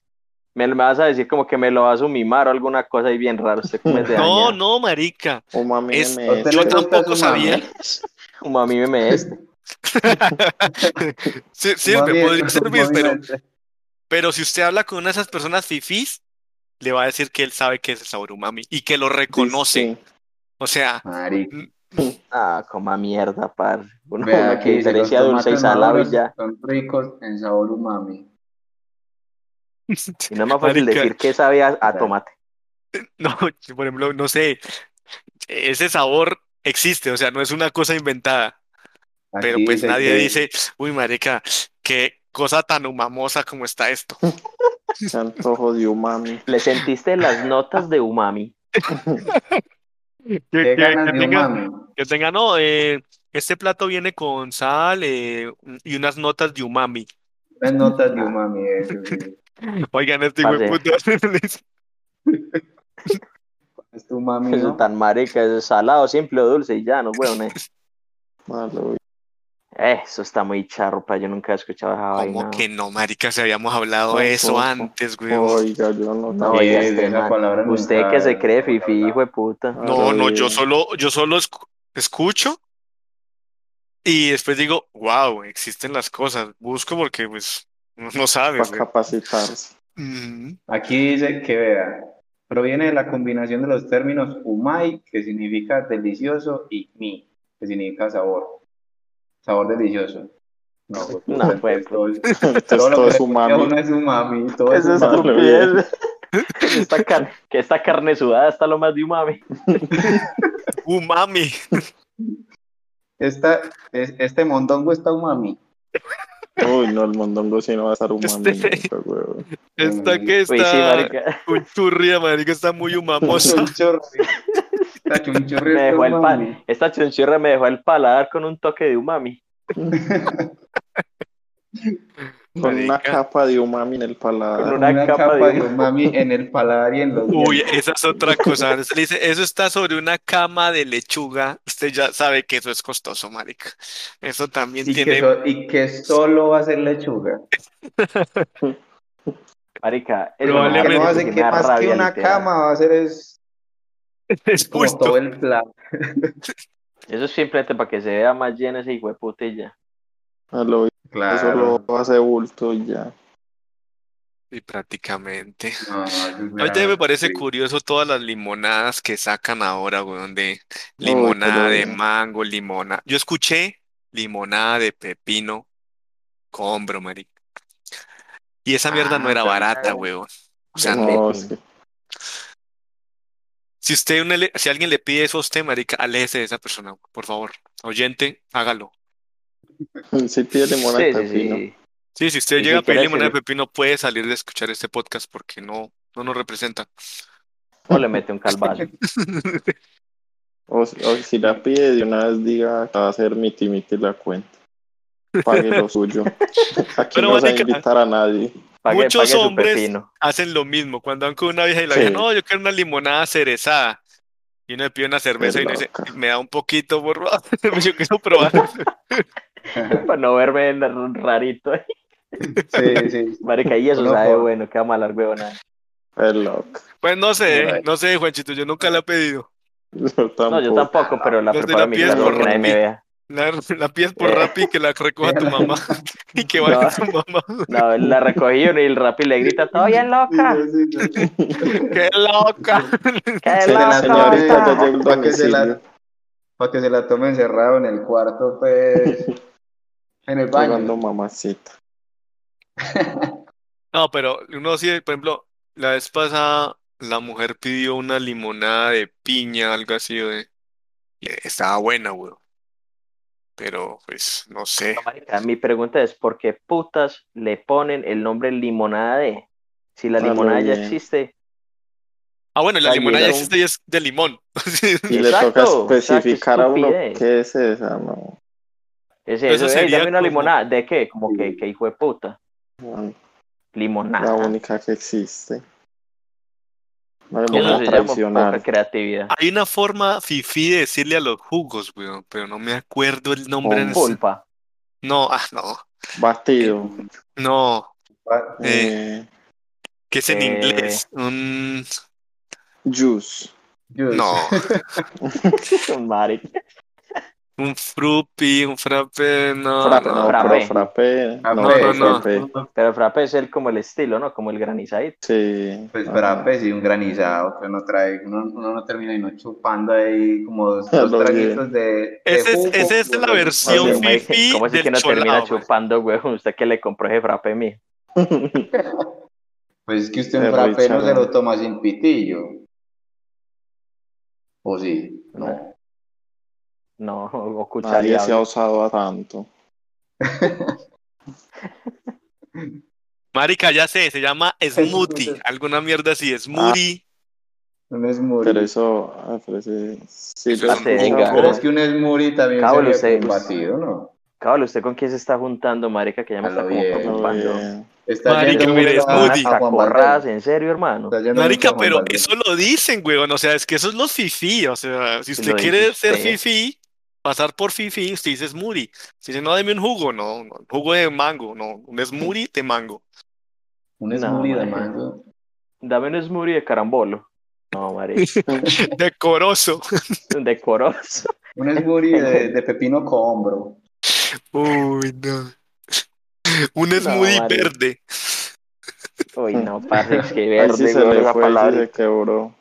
Speaker 3: me, me vas a decir como que me lo vas a mimar o alguna cosa ahí bien rara. Usted come de
Speaker 2: [LAUGHS] No,
Speaker 3: dañado.
Speaker 2: no, marica.
Speaker 5: Umami
Speaker 2: Es-
Speaker 5: MS.
Speaker 4: ¿A usted
Speaker 2: Eh, Yo
Speaker 4: le gusta
Speaker 2: tampoco
Speaker 4: el
Speaker 2: sabía.
Speaker 4: umami?
Speaker 3: Como a mí me este.
Speaker 2: Sí, sirve,
Speaker 4: Umami-
Speaker 2: podría servir,
Speaker 4: umami
Speaker 2: pero,
Speaker 4: es-
Speaker 2: pero si usted habla con una de esas personas fifís, le va a decir que él sabe que es el sabor umami y que lo reconoce.
Speaker 5: Sí.
Speaker 2: O sea, [LAUGHS]
Speaker 3: [LAUGHS]
Speaker 4: Marica.
Speaker 3: Ah, coma mierda, par. Uno,
Speaker 4: Vea,
Speaker 3: uno que
Speaker 4: aquí dice,
Speaker 3: diferencia
Speaker 4: los
Speaker 3: dulce y
Speaker 4: tomates
Speaker 3: salado y
Speaker 4: maduros
Speaker 3: ya.
Speaker 4: Son ricos en sabor umami.
Speaker 3: Y no es más fácil
Speaker 2: Marica.
Speaker 3: decir que sabe a, a
Speaker 4: Ya.
Speaker 3: tomate.
Speaker 2: no, yo, por ejemplo, no sé, ese sabor existe, o sea, no es una cosa inventada.
Speaker 4: Aquí
Speaker 2: Pero pues
Speaker 4: dice
Speaker 2: nadie
Speaker 4: que-
Speaker 2: dice, uy, marica, qué cosa tan humamosa como está esto.
Speaker 5: Qué antojo de umami.
Speaker 3: Le sentiste las notas de umami.
Speaker 2: Que, que-
Speaker 4: ¿Qué ganas
Speaker 2: que
Speaker 4: de
Speaker 2: tenga,
Speaker 4: umami?
Speaker 2: que tenga, no, eh, este plato viene con sal eh, y unas notas de umami. [LAUGHS]
Speaker 4: Las notas
Speaker 2: Ah.
Speaker 4: de umami, eso
Speaker 3: [LAUGHS]
Speaker 4: sí.
Speaker 2: Oigan, este hijo de puta. [LAUGHS]
Speaker 4: Es tu umami,
Speaker 3: Eso
Speaker 4: ¿no?
Speaker 3: es tan marica, eso es salado, simple o dulce y ya, no, weón. eh.
Speaker 5: Malo.
Speaker 3: Eh, Eso está muy charro, pa. Yo nunca he escuchado esa
Speaker 2: ¿Cómo
Speaker 3: vaina.
Speaker 2: que no, marica? Si habíamos hablado
Speaker 5: Ojo,
Speaker 2: de eso
Speaker 5: ojo.
Speaker 2: antes, güey.
Speaker 5: Oiga, yo no
Speaker 3: No,
Speaker 5: sabía.
Speaker 3: oiga,
Speaker 4: Sí,
Speaker 3: este
Speaker 4: esa
Speaker 3: man.
Speaker 4: palabra nunca-
Speaker 3: Usted que se cree fifi, hijo de puta.
Speaker 2: No, no, yo
Speaker 5: Ay.
Speaker 2: solo, yo solo escu- escucho y después digo, wow, existen las cosas. Busco porque, pues, [LAUGHS] no, no sabes,
Speaker 5: Para
Speaker 2: güey.
Speaker 5: capacitarse.
Speaker 2: Mm.
Speaker 4: Aquí dice que vea, proviene de la combinación de los términos umai, que significa delicioso, y mi, que significa sabor. Sabor delicioso. No, pues,
Speaker 3: No,
Speaker 4: puta,
Speaker 3: pues,
Speaker 4: entonces todo, es-
Speaker 5: Entonces
Speaker 4: lo
Speaker 5: pues, todo
Speaker 4: que
Speaker 5: es
Speaker 4: le pone a uno
Speaker 5: umami.
Speaker 4: es umami, todo es
Speaker 3: Eso Pues [LAUGHS] es
Speaker 4: umami.
Speaker 3: estupidez. Esta car- que esta carne sudada está lo más de umami.
Speaker 2: Umami.
Speaker 4: Esta, es- este mondongo está umami.
Speaker 5: Uy, no, el mondongo sí no va a
Speaker 2: [LAUGHS]
Speaker 5: estar umami.
Speaker 2: Este-
Speaker 5: nunca,
Speaker 2: [LAUGHS]
Speaker 5: huevón.
Speaker 2: Esta que
Speaker 3: Uy, sí,
Speaker 2: está
Speaker 3: marica.
Speaker 2: chunchurria, marica, está muy humamosa. [LAUGHS]
Speaker 4: Chunchorri. Esta
Speaker 3: Me
Speaker 4: chunchorri está
Speaker 3: dejó el
Speaker 4: umami.
Speaker 3: pal. Esta chunchurra me dejó el paladar con un toque de umami.
Speaker 4: [LAUGHS]
Speaker 5: Con una
Speaker 2: Marica.
Speaker 5: capa de umami en el
Speaker 3: Con
Speaker 5: paladar.
Speaker 3: una capa de-
Speaker 4: umami en el paladar y en los
Speaker 2: Uy,
Speaker 4: dientes.
Speaker 2: esa es otra cosa. Usted le dice, eso está sobre una cama de lechuga. Usted ya sabe que eso es costoso, marica. Eso también
Speaker 4: Y que,
Speaker 2: tiene.
Speaker 4: so- y que solo va a ser lechuga.
Speaker 3: Marica, eso
Speaker 4: Que
Speaker 2: Probablemente.
Speaker 4: no
Speaker 3: me
Speaker 4: hace
Speaker 3: sí
Speaker 4: que
Speaker 3: me da
Speaker 4: más que
Speaker 3: rabia,
Speaker 4: una
Speaker 3: literal.
Speaker 4: cama va a ser es
Speaker 2: Es
Speaker 4: como
Speaker 2: justo.
Speaker 4: todo el plato.
Speaker 3: Eso es simplemente para que se vea más lleno ese hijo de puta y ya.
Speaker 5: A lo- Eso
Speaker 4: Claro.
Speaker 5: lo hace bulto y ya.
Speaker 2: Y prácticamente.
Speaker 4: No, no, eso es
Speaker 2: A mí también me
Speaker 4: meramente
Speaker 2: parece
Speaker 4: [LAUGHS] triste.
Speaker 2: curioso todas las limonadas que sacan ahora, weón, de
Speaker 5: Uy,
Speaker 2: limonada
Speaker 5: pero
Speaker 2: de
Speaker 5: bueno.
Speaker 2: mango, limonada. Yo escuché limonada de pepino con hombro, marica. Y esa mierda no
Speaker 4: Ah,
Speaker 2: era
Speaker 4: también.
Speaker 2: barata, weón. O sea,
Speaker 3: Del
Speaker 2: no.
Speaker 5: No,
Speaker 3: pepino.
Speaker 5: es que
Speaker 2: Si usted una le- si alguien le pide eso a usted, marica, aléjese de esa persona, por favor. Oyente, hágalo.
Speaker 5: [LAUGHS] sí pide limonada de
Speaker 3: Sí, sí,
Speaker 5: pepino.
Speaker 3: sí.
Speaker 2: Sí, si usted
Speaker 3: Y
Speaker 2: llega a
Speaker 3: si
Speaker 2: pedir
Speaker 3: quiere
Speaker 2: limonada de
Speaker 3: decirle-
Speaker 2: pepino, puede salir de escuchar este podcast porque no, no nos representa.
Speaker 3: O le mete un calvazo.
Speaker 5: O, si- o si la pide de una vez diga que va a ser miti miti la cuenta. Pague
Speaker 2: [LAUGHS]
Speaker 5: lo suyo. Aquí
Speaker 2: Pero
Speaker 5: no se va a
Speaker 2: marica-
Speaker 5: invitar a nadie.
Speaker 3: Pague,
Speaker 2: Muchos
Speaker 3: pague su
Speaker 2: hombres-
Speaker 3: pepino. [LAUGHS]
Speaker 2: Hacen lo mismo. Cuando van con una vieja y la
Speaker 5: Sí.
Speaker 2: vieja, no, yo quiero una limonada cerezada. Y uno le pide una cerveza y uno dice,
Speaker 5: loca.
Speaker 2: me da un poquito, borro. [LAUGHS] yo quiero probar.
Speaker 3: Para no verme en- rarito. [LAUGHS] eh. [LAUGHS]
Speaker 4: Sí, sí.
Speaker 3: Marica, y eso
Speaker 4: Loco.
Speaker 3: sabe bueno, queda mal al huevona.
Speaker 5: Es loco. [LAUGHS]
Speaker 2: Pues no sé,
Speaker 4: Ay.
Speaker 2: no sé, Juanchito, yo nunca la he pedido.
Speaker 5: Yo tampoco.
Speaker 3: No, yo tampoco, pero la
Speaker 2: Los de
Speaker 3: preparo
Speaker 2: la
Speaker 3: en mi
Speaker 2: piel
Speaker 3: casa
Speaker 2: por
Speaker 3: para que nadie me
Speaker 2: rapi.
Speaker 3: vea.
Speaker 2: La, la pides por
Speaker 3: Eh.
Speaker 2: Rappi que la recoja tu mamá [LAUGHS] y que vaya
Speaker 3: No.
Speaker 2: tu mamá. [LAUGHS]
Speaker 3: No, la recogí y el rapi le grita, todo bien loca,
Speaker 4: [LAUGHS] Sí, sí, sí.
Speaker 2: ¡Qué loca!
Speaker 3: qué
Speaker 5: Se la
Speaker 3: loca.
Speaker 5: señorita
Speaker 3: loca".
Speaker 5: ya llegó el
Speaker 4: Para que, se la-
Speaker 5: domicilio.
Speaker 4: pa' que se la tome encerrado en el cuarto, pues. En el
Speaker 5: Jugando
Speaker 4: baño.
Speaker 5: mamacita.
Speaker 2: No, pero uno sí, por ejemplo, la vez pasada la mujer pidió una limonada de piña, algo así de... y Estaba buena, weón. Pero, pues, no sé.
Speaker 3: No, marica, mi pregunta es, ¿por qué putas le ponen el nombre limonada de? Si la
Speaker 5: Ah, muy
Speaker 3: limonada ya
Speaker 5: bien.
Speaker 3: existe.
Speaker 2: Ah, bueno, la
Speaker 3: La
Speaker 2: limonada ya
Speaker 5: llegaron.
Speaker 2: existe y es de limón. [LAUGHS] Sí.
Speaker 5: Y le
Speaker 3: Exacto,
Speaker 5: toca
Speaker 3: exacto,
Speaker 5: especificar a uno
Speaker 3: estupidez.
Speaker 5: qué es esa, no.
Speaker 3: Es
Speaker 2: Pero Pues
Speaker 3: eso,
Speaker 2: eso
Speaker 3: eh,
Speaker 2: sería
Speaker 3: dame una
Speaker 2: como-
Speaker 3: limonada. ¿De qué? Como
Speaker 4: Sí. Ah,
Speaker 3: que, que hijo de puta.
Speaker 5: La
Speaker 3: Limonada.
Speaker 5: única que existe. No
Speaker 3: Y eso
Speaker 5: vamos a
Speaker 3: se llama poca
Speaker 5: traicionar.
Speaker 3: creatividad.
Speaker 2: Hay una forma fifí de decirle a los jugos, weón, pero no me acuerdo el nombre.
Speaker 5: Con
Speaker 2: en ese-
Speaker 3: Pulpa.
Speaker 2: No, ah, no,
Speaker 5: Batido.
Speaker 2: no.
Speaker 4: Pa-
Speaker 5: Eh,
Speaker 2: que es en
Speaker 3: Eh.
Speaker 2: inglés. Un-
Speaker 5: juice.
Speaker 4: Dios.
Speaker 2: no,
Speaker 3: Marica.
Speaker 2: un fruppy, un frappe, no,
Speaker 5: Frappe,
Speaker 2: no.
Speaker 5: no,
Speaker 3: frappe.
Speaker 5: pero frappe.
Speaker 4: Ah,
Speaker 5: No,
Speaker 4: pues,
Speaker 5: pero
Speaker 2: no, no.
Speaker 5: frappe.
Speaker 3: Pero frappe es el, como el estilo, ¿no? Como el granizadito.
Speaker 5: Sí.
Speaker 4: Pues
Speaker 5: ajá.
Speaker 4: frappes y un granizado que uno trae, uno, uno no termina y no chupando ahí como dos,
Speaker 5: Ah,
Speaker 4: dos
Speaker 5: lo
Speaker 4: traguitos de, de
Speaker 2: Esa es,
Speaker 4: jugo.
Speaker 2: esa es la versión
Speaker 5: Oye,
Speaker 3: Marica,
Speaker 2: fifí
Speaker 3: ¿Cómo así
Speaker 2: del
Speaker 3: que no termina
Speaker 2: cholao, güey.
Speaker 3: chupando, güey? [LAUGHS] Usted que le compró ese frappe mío.
Speaker 5: Ah,
Speaker 4: Pues es que usted un
Speaker 5: De
Speaker 4: frappé no
Speaker 5: Richard,
Speaker 4: se lo
Speaker 5: ¿no?
Speaker 4: toma sin pitillo. O sí, no.
Speaker 3: No, o
Speaker 5: Nadie se ha
Speaker 3: cuchareado.
Speaker 5: osado a tanto.
Speaker 2: Marica, ya sé, se llama smoothie, alguna mierda así, smoothie.
Speaker 4: Un smoothie.
Speaker 5: Pero eso. ah, pero ese- sí, eh,
Speaker 2: Eso
Speaker 5: yo-
Speaker 2: es
Speaker 3: Venga.
Speaker 4: Pero es que un smoothie también
Speaker 3: Cabo,
Speaker 4: sería
Speaker 3: lo sé.
Speaker 4: con batido, ¿no?
Speaker 3: Cabal, ¿usted con quién se está juntando, marica? Que ya me
Speaker 4: A
Speaker 3: está
Speaker 4: lo
Speaker 3: como
Speaker 4: bien.
Speaker 5: pero,
Speaker 3: preocupando.
Speaker 5: eh,
Speaker 4: Está
Speaker 2: Marica,
Speaker 4: yendo
Speaker 2: mira,
Speaker 4: mucho a-
Speaker 2: smoothie.
Speaker 4: a Juan Valdez.
Speaker 3: Tacorras, Ah, ¿en serio, hermano?
Speaker 4: Está yendo mucho a
Speaker 2: Marica,
Speaker 4: Juan
Speaker 2: pero
Speaker 4: Valdez.
Speaker 2: eso lo dicen, weón. O sea, es que eso es los fifí. O sea, si usted
Speaker 3: Lo
Speaker 2: quiere
Speaker 3: dijiste.
Speaker 2: ser fifí, pasar por fifí, usted dice smoothie. Si dice, no, deme un jugo, no, no, un jugo de mango, no, un smoothie de mango. [LAUGHS]
Speaker 4: Un
Speaker 3: No,
Speaker 4: smoothie de
Speaker 3: marica.
Speaker 4: mango.
Speaker 3: Dame un smoothie de carambolo. No,
Speaker 2: [LAUGHS]
Speaker 3: marica.
Speaker 2: Decoroso.
Speaker 3: Decoroso.
Speaker 4: Un smoothie
Speaker 5: [LAUGHS]
Speaker 4: de, de pepino con hombro.
Speaker 2: Uy, no. Un smoothie
Speaker 3: marica.
Speaker 2: verde.
Speaker 3: Uy, no, parce, es que
Speaker 5: ahí
Speaker 3: verde,
Speaker 5: sí se
Speaker 3: güey,
Speaker 5: le
Speaker 3: esa
Speaker 5: fue, ahí sí
Speaker 3: palabra.
Speaker 5: se quebró.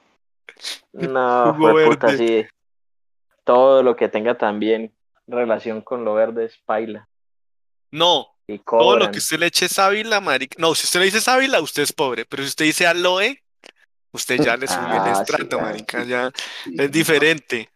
Speaker 3: No,
Speaker 2: Jugo
Speaker 3: fue puta,
Speaker 2: verde.
Speaker 3: sí. Todo lo que tenga también relación con lo verde es paila.
Speaker 2: No,
Speaker 3: Y
Speaker 2: todo
Speaker 3: cobran.
Speaker 2: lo que usted le eche sábila, marica. No, si usted le dice sábila, usted es pobre. Pero si usted dice aloe, usted ya le subió el
Speaker 4: Ah, sí,
Speaker 2: estrato,
Speaker 4: claro.
Speaker 2: marica. Ya
Speaker 4: Sí.
Speaker 2: es diferente.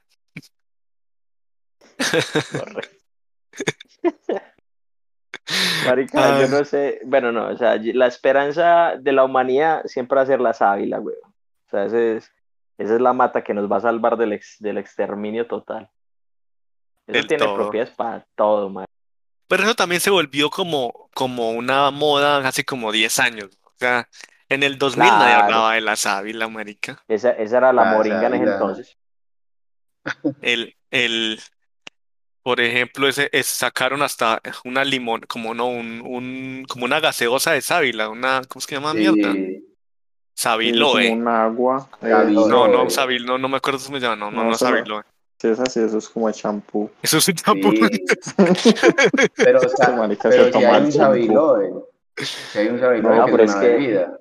Speaker 3: Marica,
Speaker 2: Ah.
Speaker 3: yo no sé. Bueno, no, o sea, y- la esperanza de la humanidad siempre va a ser la sábila, güey. O sea, ese es, esa es la mata que nos va a salvar del, ex- del exterminio total. Eso
Speaker 2: Del
Speaker 3: tiene
Speaker 2: todo.
Speaker 3: propiedades para todo, man.
Speaker 2: Pero eso también se volvió como, como una moda hace como 10 años. O sea, en el 2000 nadie
Speaker 3: Claro.
Speaker 2: hablaba de la sábila, marica.
Speaker 3: Esa, esa era la
Speaker 4: La
Speaker 3: moringa en ese
Speaker 4: Ah, sábila.
Speaker 3: entonces.
Speaker 2: El, el, por ejemplo, ese, es- sacaron hasta una limón, como no, un, un, como una gaseosa de sábila, una, ¿cómo es que se llama mierda? [LAUGHS]
Speaker 4: Sí,
Speaker 5: Sí, como
Speaker 2: Sabiloe.
Speaker 5: un agua. eh,
Speaker 4: Gabiloe.
Speaker 2: No, no,
Speaker 4: Sabiloe.
Speaker 2: sabil, no, no me acuerdo cómo se llama, no, no,
Speaker 5: No,
Speaker 2: no,
Speaker 5: eso no.
Speaker 2: sabiloe.
Speaker 5: sí, es así, eso es como el champú.
Speaker 2: Eso es un champú.
Speaker 4: sí. Pero, o sea,
Speaker 5: Este marica
Speaker 4: pero
Speaker 5: [LAUGHS] se
Speaker 4: si
Speaker 5: toma
Speaker 4: hay
Speaker 5: el
Speaker 4: un
Speaker 5: champú.
Speaker 4: sabiloe, si hay un sabiloe
Speaker 5: No,
Speaker 4: que
Speaker 3: pero
Speaker 4: es
Speaker 3: es
Speaker 4: una
Speaker 3: que-
Speaker 4: bebida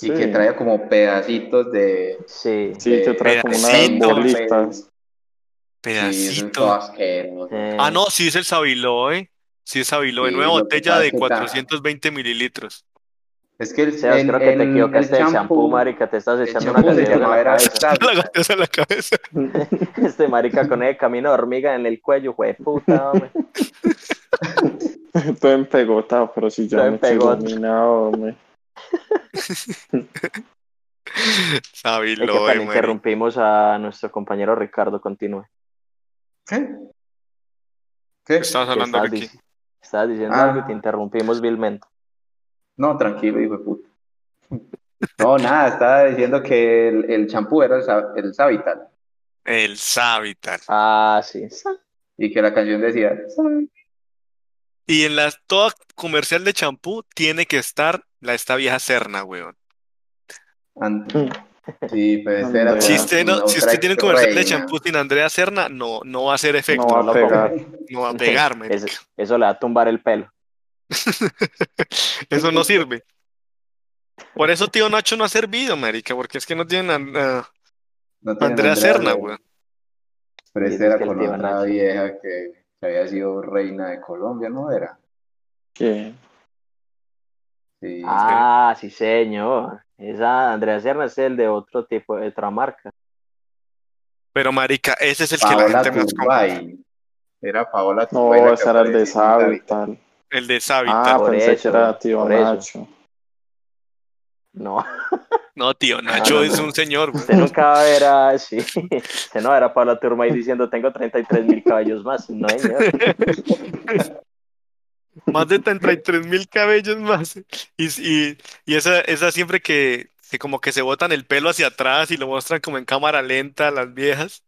Speaker 4: y
Speaker 5: Sí.
Speaker 4: que trae como pedacitos de,
Speaker 3: Sí.
Speaker 5: Sí, que trae como unas
Speaker 2: Pedacito.
Speaker 5: bolitas.
Speaker 4: Sí, eso es
Speaker 2: Pedacito.
Speaker 4: todo asqueroso.
Speaker 3: Eh,
Speaker 2: Ah, no, sí es el Sabiloe. Sí es Sabiloe.
Speaker 4: Sí,
Speaker 2: Nueva
Speaker 4: lo que
Speaker 2: botella
Speaker 4: pasa
Speaker 2: de
Speaker 4: es que está-
Speaker 2: 420 mililitros. [LAUGHS]
Speaker 4: Es que el,
Speaker 3: Sebas,
Speaker 4: el-
Speaker 3: creo que te
Speaker 4: el-
Speaker 3: equivocaste
Speaker 4: el
Speaker 3: de champú,
Speaker 4: champú-
Speaker 3: marica. Te estás
Speaker 4: El
Speaker 3: echando una
Speaker 4: champú se
Speaker 3: gaseosa en
Speaker 4: llama
Speaker 3: la
Speaker 4: era
Speaker 3: cabeza.
Speaker 2: La
Speaker 4: sábila.
Speaker 2: gaseosa en la cabeza.
Speaker 3: Este marica con el camino de hormiga en el cuello, güey, puta, hombre.
Speaker 5: Todo empegotado, pero si yo
Speaker 3: Todo
Speaker 5: no estoy
Speaker 3: empegotado.
Speaker 5: iluminado, hombre.
Speaker 2: Sabi,
Speaker 3: Ey,
Speaker 2: [LAUGHS]
Speaker 3: qué
Speaker 2: lo
Speaker 3: pena,
Speaker 2: de, marica.
Speaker 3: interrumpimos a nuestro compañero Ricardo, continúe.
Speaker 4: ¿Qué? ¿Qué?
Speaker 2: Estabas
Speaker 3: Que
Speaker 2: hablando
Speaker 3: estabas
Speaker 2: de aquí.
Speaker 3: dic- Estabas diciendo
Speaker 4: Ah.
Speaker 3: algo y te interrumpimos vilmente.
Speaker 4: No, tranquilo, hijo de puta. No, nada, estaba diciendo que el, el champú era el, Sa- el Savital
Speaker 2: El Savitar.
Speaker 3: Ah, sí.
Speaker 4: y que la canción decía,
Speaker 2: Y en la toda comercial de champú tiene que estar la esta vieja Serna, weón.
Speaker 4: And- Sí, pues este era
Speaker 5: Andrea.
Speaker 2: Si usted, no,
Speaker 4: una
Speaker 2: si usted
Speaker 4: otra
Speaker 2: tiene un comercial de
Speaker 4: reina.
Speaker 2: champú sin Andrea Serna, no, no va a hacer efecto,
Speaker 5: No va a
Speaker 2: no,
Speaker 5: pegar.
Speaker 2: va a pegar, marica.
Speaker 3: [LAUGHS] Eso, eso le va a tumbar el pelo.
Speaker 2: Eso no sirve. Por eso tío Nacho no ha servido, marica, porque es que no tienen a, a
Speaker 4: No tiene
Speaker 2: Andrea Serna,
Speaker 4: güey.
Speaker 2: weón.
Speaker 4: Pero este
Speaker 3: Dices
Speaker 4: era
Speaker 3: que el
Speaker 4: con
Speaker 3: tío
Speaker 4: otra
Speaker 3: Nacho.
Speaker 4: vieja que que había sido reina de Colombia, ¿no era?
Speaker 5: ¿Qué?
Speaker 4: Sí.
Speaker 3: Ah, sí, señor. Esa Andrea Serna es el de otro tipo, de otra marca.
Speaker 2: Pero marica, ese es el que la
Speaker 4: Paola
Speaker 2: gente más compra,
Speaker 4: Turbay. Era Paola
Speaker 5: No,
Speaker 4: Turbay. la que
Speaker 5: ese era el de
Speaker 4: aparecía en
Speaker 5: Savi,
Speaker 4: Savital.
Speaker 5: tal.
Speaker 2: el de
Speaker 5: Ah,
Speaker 2: Savitar.
Speaker 3: por
Speaker 5: pensé
Speaker 3: eso,
Speaker 5: que era tío
Speaker 3: por eso.
Speaker 5: Nacho.
Speaker 3: No, [LAUGHS]
Speaker 2: No, tío Nacho
Speaker 3: no,
Speaker 2: es
Speaker 3: no.
Speaker 2: un señor, weón.
Speaker 3: [LAUGHS] usted nunca era [LAUGHS] así. Usted no era Pablo Turmay diciendo tengo 33 mil caballos más. No,
Speaker 4: [LAUGHS]
Speaker 3: señor.
Speaker 2: Más de 33 mil cabellos más. Y, y, y esa, esa siempre que, que como que se botan el pelo hacia atrás y lo muestran como en cámara lenta a las viejas.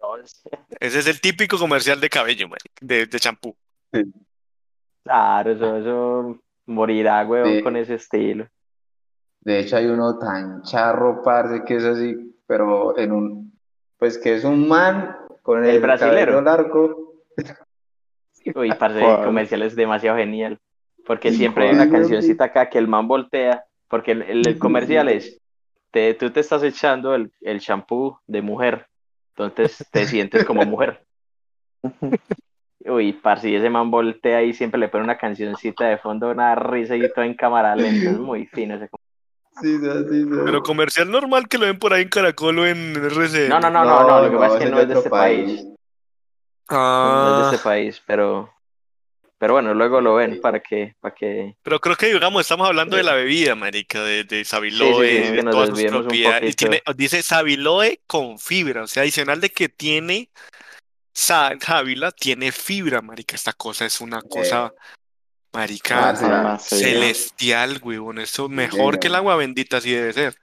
Speaker 3: No,
Speaker 2: Ese es el típico comercial de cabello, man, de, de champú.
Speaker 3: Claro, eso, eso morirá, weón,
Speaker 4: Sí.
Speaker 3: con ese estilo.
Speaker 4: De hecho, hay uno tan charro, parce, que es así, pero en un. Pues que es un man con
Speaker 3: El
Speaker 4: el,
Speaker 3: brasilero.
Speaker 4: cabello largo.
Speaker 3: Uy, parce, el
Speaker 5: ¿Cuál?
Speaker 3: comercial es demasiado genial. Porque
Speaker 5: ¿Y
Speaker 3: siempre hay
Speaker 5: cuál?
Speaker 3: una cancioncita acá que el man voltea. Porque el, el- el comercial es: te- tú te estás echando el el champú de mujer. Entonces te sientes como mujer. Uy, parce, y ese man voltea y siempre le pone una cancioncita de fondo, una risa y todo en cámara lenta. Es muy fino ese comercial.
Speaker 4: Sí, sí, sí, sí.
Speaker 2: Pero comercial normal que lo ven por ahí en Caracol o en RCN.
Speaker 3: No, no, no, no, no, lo que pasa es
Speaker 4: ese
Speaker 3: que no es de
Speaker 4: otro
Speaker 3: este país. no es
Speaker 2: Ah,
Speaker 3: de este país, pero pero bueno, luego lo ven
Speaker 4: Sí.
Speaker 3: para que para que
Speaker 2: pero creo que digamos, estamos hablando de la bebida, marica, de, de Sabiloe,
Speaker 3: Eh, Sí, sí, sí, es que
Speaker 2: de
Speaker 3: nos
Speaker 2: todas sus
Speaker 3: desviemos un
Speaker 2: propiedades. Y
Speaker 3: poquito.
Speaker 2: tiene, dice Sabiloe con fibra, o sea, adicional de que tiene sa- sábila, tiene fibra, marica. Esta cosa es una cosa, marica,
Speaker 4: Ah, sí,
Speaker 5: Farmacia.
Speaker 2: celestial, huevón. Esto es
Speaker 4: Sí,
Speaker 2: mejor que el
Speaker 4: señor.
Speaker 2: agua bendita, así debe ser.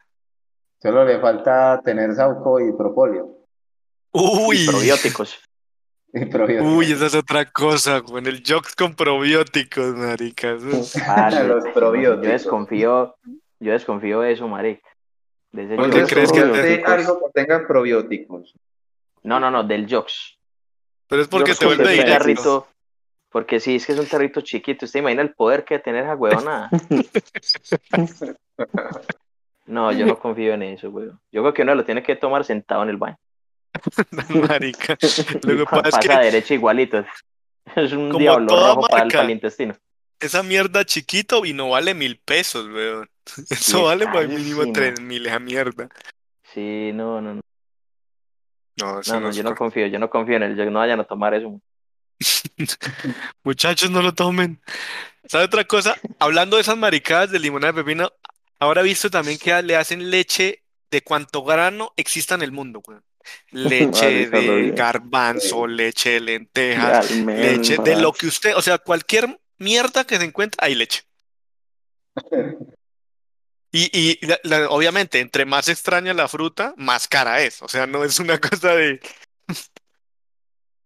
Speaker 4: Solo le falta tener sauco y propóleo.
Speaker 3: y
Speaker 4: [LAUGHS]
Speaker 2: Uy,
Speaker 3: probióticos.
Speaker 4: Y probiótico.
Speaker 2: uy, esa es otra cosa, con el Jox con probióticos, marica. Eso
Speaker 3: [LAUGHS]
Speaker 2: es-
Speaker 3: Parce,
Speaker 4: Los
Speaker 3: yo-
Speaker 4: probióticos.
Speaker 3: Yo desconfío, yo desconfío de eso, marica. De ese
Speaker 2: ¿Por
Speaker 3: Jox.
Speaker 2: qué crees que-
Speaker 4: Probióticos. algo que tenga probióticos?
Speaker 3: No, no, no, del Jox.
Speaker 2: Pero es porque
Speaker 5: Jox
Speaker 2: te
Speaker 5: con
Speaker 2: vuelve
Speaker 3: Porque es un
Speaker 5: probióticos.
Speaker 2: directo.
Speaker 3: tarrito, porque sí, es que es un tarrito chiquito. ¿Usted imagina el poder que tener esa huevona?
Speaker 4: [LAUGHS]
Speaker 3: No, yo no confío en eso, weón. Yo creo que uno lo tiene que tomar sentado en el baño.
Speaker 2: [LAUGHS]
Speaker 3: [LAUGHS]
Speaker 2: Marica. Lo que pasa es
Speaker 3: Pasa
Speaker 2: que
Speaker 3: derecha igualito. [LAUGHS] Es un
Speaker 2: Como
Speaker 3: diablo
Speaker 2: toda
Speaker 3: rojo para el,
Speaker 2: marca.
Speaker 3: para el intestino.
Speaker 2: esa mierda chiquito y no vale mil pesos, weón. [LAUGHS]
Speaker 3: Y
Speaker 2: Eso
Speaker 3: es
Speaker 2: vale para mínimo
Speaker 3: carísima.
Speaker 2: tres mil, esa mierda.
Speaker 3: Sí, no, no, no.
Speaker 2: No, eso
Speaker 3: No,
Speaker 2: no
Speaker 3: no,
Speaker 2: es
Speaker 3: yo no
Speaker 2: cor-
Speaker 3: confío, yo no confío en él, yo no vayan a tomar eso.
Speaker 2: Muchachos, no lo tomen. ¿Sabe otra cosa? Hablando de esas maricadas de limonada de pepino, ahora he visto también que le hacen leche de cuanto grano exista en el mundo,
Speaker 3: [LAUGHS]
Speaker 2: weón.
Speaker 3: Ah,
Speaker 2: Leche
Speaker 5: Marica, lo
Speaker 2: de
Speaker 5: vi.
Speaker 2: garbanzo, leche de lentejas, leche de
Speaker 5: Almendras.
Speaker 2: lo que usted, o sea, cualquier mierda que se encuentre, hay leche. Y, y la- la- obviamente, entre más extraña la fruta, más cara es. O sea, no es una cosa de... [LAUGHS]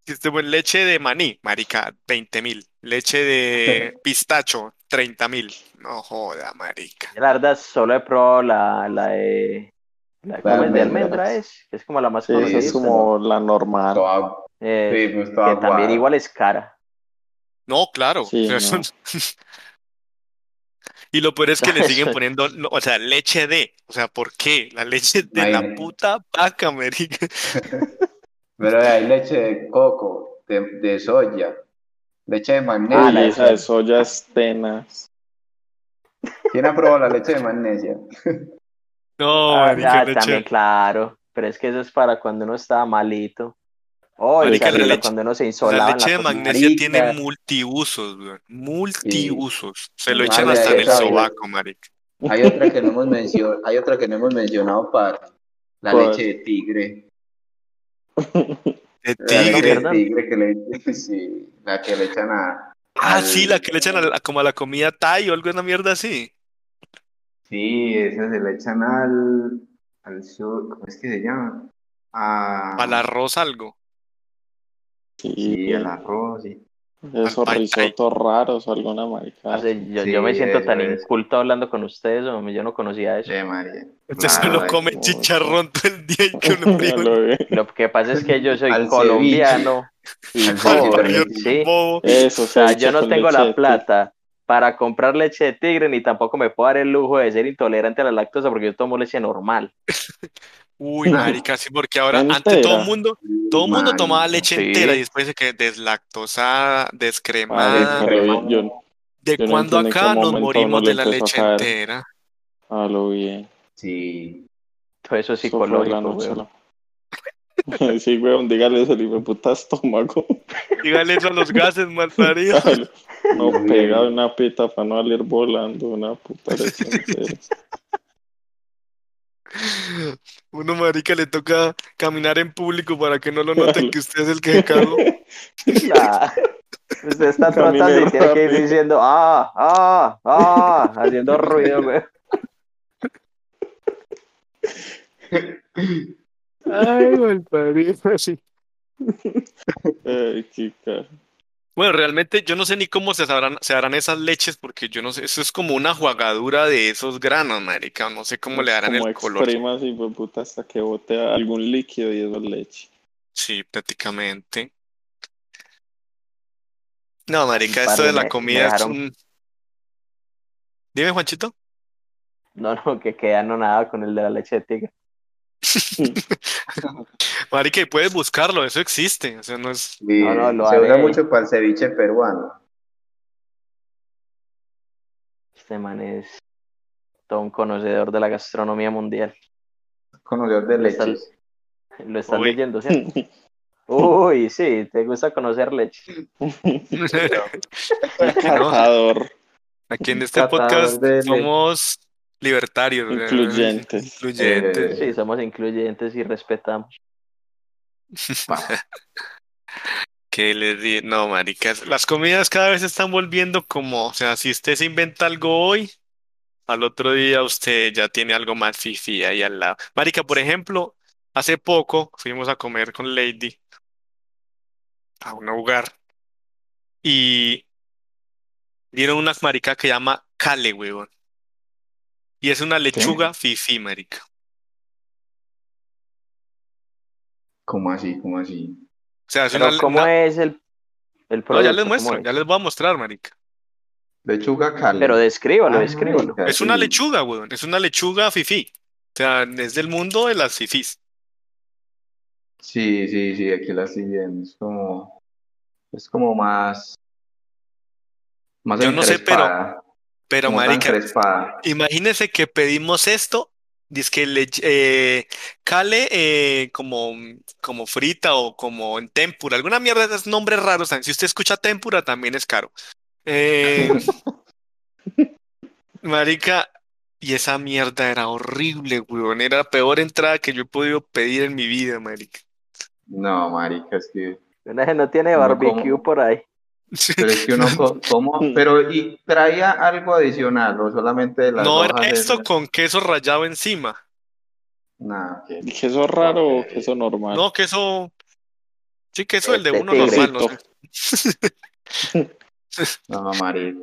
Speaker 2: Si usted pone leche de maní, marica, 20 mil. Leche de pistacho, 30 mil. No joda, marica.
Speaker 3: Yo, la verdad, solo he probado la, la de. La, ¿cómo es? de almendra
Speaker 5: almendras.
Speaker 3: es, que es como la más
Speaker 5: Sí,
Speaker 4: Esa
Speaker 5: esa
Speaker 3: conocida.
Speaker 5: es como la normal.
Speaker 4: Toda-
Speaker 3: Eh,
Speaker 4: sí, pues,
Speaker 3: que
Speaker 4: toda
Speaker 3: también
Speaker 4: guada.
Speaker 3: igual es cara.
Speaker 2: No, claro. o
Speaker 5: Sí,
Speaker 2: sea,
Speaker 5: no.
Speaker 2: son- [LAUGHS] Y lo peor es que le
Speaker 3: Eso-
Speaker 2: siguen poniendo, no, o sea, leche de. O sea, ¿por qué? La leche de la
Speaker 4: Imagínate.
Speaker 2: puta vaca, marica.
Speaker 4: Pero hay leche de coco, de, de soya, leche de
Speaker 5: Ah,
Speaker 4: magnesia.
Speaker 5: la esa de soya es tenaz.
Speaker 4: ¿Quién ha probado la leche de magnesia?
Speaker 2: [LAUGHS] No,
Speaker 3: Ah,
Speaker 2: Oh, marica,
Speaker 3: ah,
Speaker 2: leche.
Speaker 3: también, claro. Pero es que eso es para cuando uno está malito. Oh, y
Speaker 2: Marica, la
Speaker 3: también
Speaker 2: leche-
Speaker 3: cuando uno se
Speaker 2: La
Speaker 3: insolaba en
Speaker 2: leche de
Speaker 3: la cocina.
Speaker 2: magnesia
Speaker 4: Marica.
Speaker 2: tiene multiusos, weón. Multiusos. Se lo
Speaker 3: Sí.
Speaker 2: echan
Speaker 3: Madre,
Speaker 2: hasta
Speaker 3: ahí
Speaker 2: en el
Speaker 3: está,
Speaker 2: sobaco, marica.
Speaker 4: Hay otra que no hemos mencionado, hay otra que no hemos mencionado para la
Speaker 5: ¿Cuál?
Speaker 4: leche de tigre.
Speaker 2: De
Speaker 4: La leche
Speaker 2: tigre.
Speaker 4: de tigre que le, [LAUGHS] sí, la que le echan a.
Speaker 2: Ah,
Speaker 4: al-
Speaker 2: sí, la que le echan a la- como a la comida Thai o algo de una mierda así.
Speaker 4: Sí, esa se le echan al. al sur, ¿Cómo es que se llama? A,
Speaker 2: Al arroz algo.
Speaker 5: Sí,
Speaker 4: Sí, al arroz. sí.
Speaker 5: esos
Speaker 2: Ay, ay.
Speaker 5: risotos raros, alguna maricada.
Speaker 3: [LAUGHS] Parce, yo,
Speaker 4: Sí,
Speaker 3: yo me siento
Speaker 4: eso
Speaker 3: tan
Speaker 4: es.
Speaker 3: inculto hablando con ustedes, hombre, yo no conocía eso.
Speaker 4: Che, María.
Speaker 2: Usted
Speaker 4: Claro,
Speaker 2: solo
Speaker 4: ay,
Speaker 2: Este come
Speaker 5: no.
Speaker 2: chicharrón todo el día y que
Speaker 5: [LAUGHS] Ya
Speaker 2: un frijol.
Speaker 5: lo vi.
Speaker 3: Lo que pasa es que yo soy
Speaker 4: Al
Speaker 3: colombiano y
Speaker 2: [LAUGHS]
Speaker 4: Al
Speaker 2: Al
Speaker 4: ceviche.
Speaker 3: pobre,
Speaker 2: barrio
Speaker 3: sí.
Speaker 2: bobo.
Speaker 5: Eso,
Speaker 3: O sea, yo
Speaker 5: ceviche
Speaker 3: no
Speaker 5: con
Speaker 3: tengo
Speaker 5: leche de
Speaker 3: la
Speaker 5: tigre.
Speaker 3: plata para comprar leche de tigre ni tampoco me puedo dar el lujo de ser intolerante a la lactosa porque yo tomo leche normal.
Speaker 5: [LAUGHS]
Speaker 2: Uy, marica, sí, porque ahora antes
Speaker 5: Entera.
Speaker 2: todo el mundo, todo el mundo
Speaker 4: María.
Speaker 2: tomaba leche
Speaker 3: Sí.
Speaker 2: entera y después se que deslactosada,
Speaker 5: Ah,
Speaker 2: descremada.
Speaker 5: pero bien, yo,
Speaker 2: ¿De
Speaker 5: yo no
Speaker 2: cuándo
Speaker 5: entiendo en
Speaker 2: acá
Speaker 5: qué
Speaker 2: nos
Speaker 5: momento
Speaker 2: morimos
Speaker 5: uno le
Speaker 2: de la
Speaker 5: empezó a
Speaker 2: leche
Speaker 5: caer.
Speaker 2: entera?
Speaker 5: a ah, lo bien.
Speaker 4: Sí.
Speaker 3: Todo eso es
Speaker 5: Eso fue la
Speaker 3: psicológico,
Speaker 5: noche.
Speaker 3: [LAUGHS] weón.
Speaker 5: la- [LAUGHS] Sí, weón, dígale eso, le puta estómago. [LAUGHS]
Speaker 2: Dígale eso a los gases, malparido.
Speaker 5: No,
Speaker 4: Muy
Speaker 5: pega
Speaker 4: bien.
Speaker 5: una pita para no salir volando, una puta leche entera.
Speaker 2: Uno, marica, le toca caminar en público para que no lo noten que usted es el que se cagó.
Speaker 3: Nah. Usted pues
Speaker 5: [LAUGHS]
Speaker 3: está
Speaker 5: Camine
Speaker 3: tratando y tiene que ir
Speaker 5: rápido.
Speaker 3: diciendo ah, ah, ah, haciendo ruido, güey.
Speaker 2: Ay, malparido, sí.
Speaker 5: Ay, chica.
Speaker 2: Bueno, realmente yo no sé ni cómo se sabrán, se harán esas leches, porque yo no sé, eso es como una jugadura de esos granos, marica, no sé cómo le harán
Speaker 5: Como
Speaker 2: el color.
Speaker 5: exprimas y pues, puta hasta que bote algún líquido y eso es
Speaker 3: [LAUGHS]
Speaker 5: leche.
Speaker 2: Sí, prácticamente. No, marica, esto
Speaker 3: Parce,
Speaker 2: de la
Speaker 3: me-
Speaker 2: comida
Speaker 3: me
Speaker 2: es
Speaker 3: dejaron-
Speaker 2: un... Dime, Juanchito.
Speaker 3: No, no, que queda no nada con el de la leche de tigre.
Speaker 2: Marica, y puedes buscarlo, eso existe, o sea, no es... [LAUGHS]
Speaker 4: Sí,
Speaker 3: No, no, lo
Speaker 4: se
Speaker 3: haré.
Speaker 4: usa mucho para el ceviche peruano.
Speaker 3: Este man es todo un conocedor de la gastronomía mundial.
Speaker 4: Conocedor de
Speaker 3: Lo están,
Speaker 4: leches.
Speaker 3: lo están
Speaker 2: Uy.
Speaker 3: leyendo, ¿cierto?
Speaker 5: [LAUGHS]
Speaker 3: Uy, sí, te gusta conocer leche.
Speaker 5: [LAUGHS] Cajador,
Speaker 2: Aquí en este
Speaker 4: Catador
Speaker 2: podcast
Speaker 4: de leche.
Speaker 2: somos libertarios, ¿verdad?
Speaker 5: incluyentes.
Speaker 2: Incluyentes.
Speaker 3: Sí, somos incluyentes y respetamos.
Speaker 2: Que les di... No, maricas, las comidas cada vez se están volviendo como, o sea, si usted se inventa algo hoy, al otro día usted ya tiene algo más fifí ahí al lado. Marica, por ejemplo, hace poco fuimos a comer con Lady a un hogar y dieron una marica que llama cale, huevón. Y es una lechuga fifí, marica.
Speaker 4: ¿Cómo así? ¿Cómo así?
Speaker 2: O sea, es
Speaker 3: Pero,
Speaker 2: una...
Speaker 3: ¿cómo
Speaker 2: una-
Speaker 3: es el, el
Speaker 2: No,
Speaker 3: producto?
Speaker 2: ya les
Speaker 3: ¿Cómo
Speaker 2: muestro,
Speaker 3: es?
Speaker 2: ya les voy a mostrar, marica.
Speaker 4: Lechuga cali.
Speaker 3: Pero descríbalo,
Speaker 2: [LAUGHS]
Speaker 4: Ah,
Speaker 3: descríbalo. [LAUGHS]
Speaker 4: marica,
Speaker 2: Es una
Speaker 4: sí.
Speaker 2: lechuga, weón. Es una lechuga fifí. O sea, es del mundo de las fifís.
Speaker 4: Sí, sí, sí, aquí la siguen. Es como, es como más, más
Speaker 2: Yo no sé, pero-
Speaker 4: encrespada,
Speaker 2: Pero,
Speaker 4: como tan
Speaker 2: marica,
Speaker 4: encrespada.
Speaker 2: imagínense que pedimos esto. Dice que le eh, cale eh, como, como frita o como en tempura. Alguna mierda de esos nombres raros. ¿saben? Si usted escucha tempura, también es caro. Eh, marica, y esa mierda era horrible, weón. Era la peor entrada que yo he podido pedir en mi vida, marica.
Speaker 4: No, marica, es que,
Speaker 3: Una no tiene
Speaker 4: No,
Speaker 3: barbecue
Speaker 4: ¿cómo?
Speaker 3: por ahí.
Speaker 4: pero es
Speaker 2: [LAUGHS]
Speaker 4: que uno, co- ¿cómo? Pero, ¿y traía algo adicional o solamente las
Speaker 2: No era
Speaker 4: hojas
Speaker 2: esto
Speaker 4: esas?
Speaker 2: con queso rallado encima.
Speaker 4: Nah, que-
Speaker 5: ¿Y queso raro o queso normal?
Speaker 2: No, queso. Sí, queso el de
Speaker 3: Este
Speaker 2: uno
Speaker 3: tigre.
Speaker 2: normal, no sé.
Speaker 4: no, marica.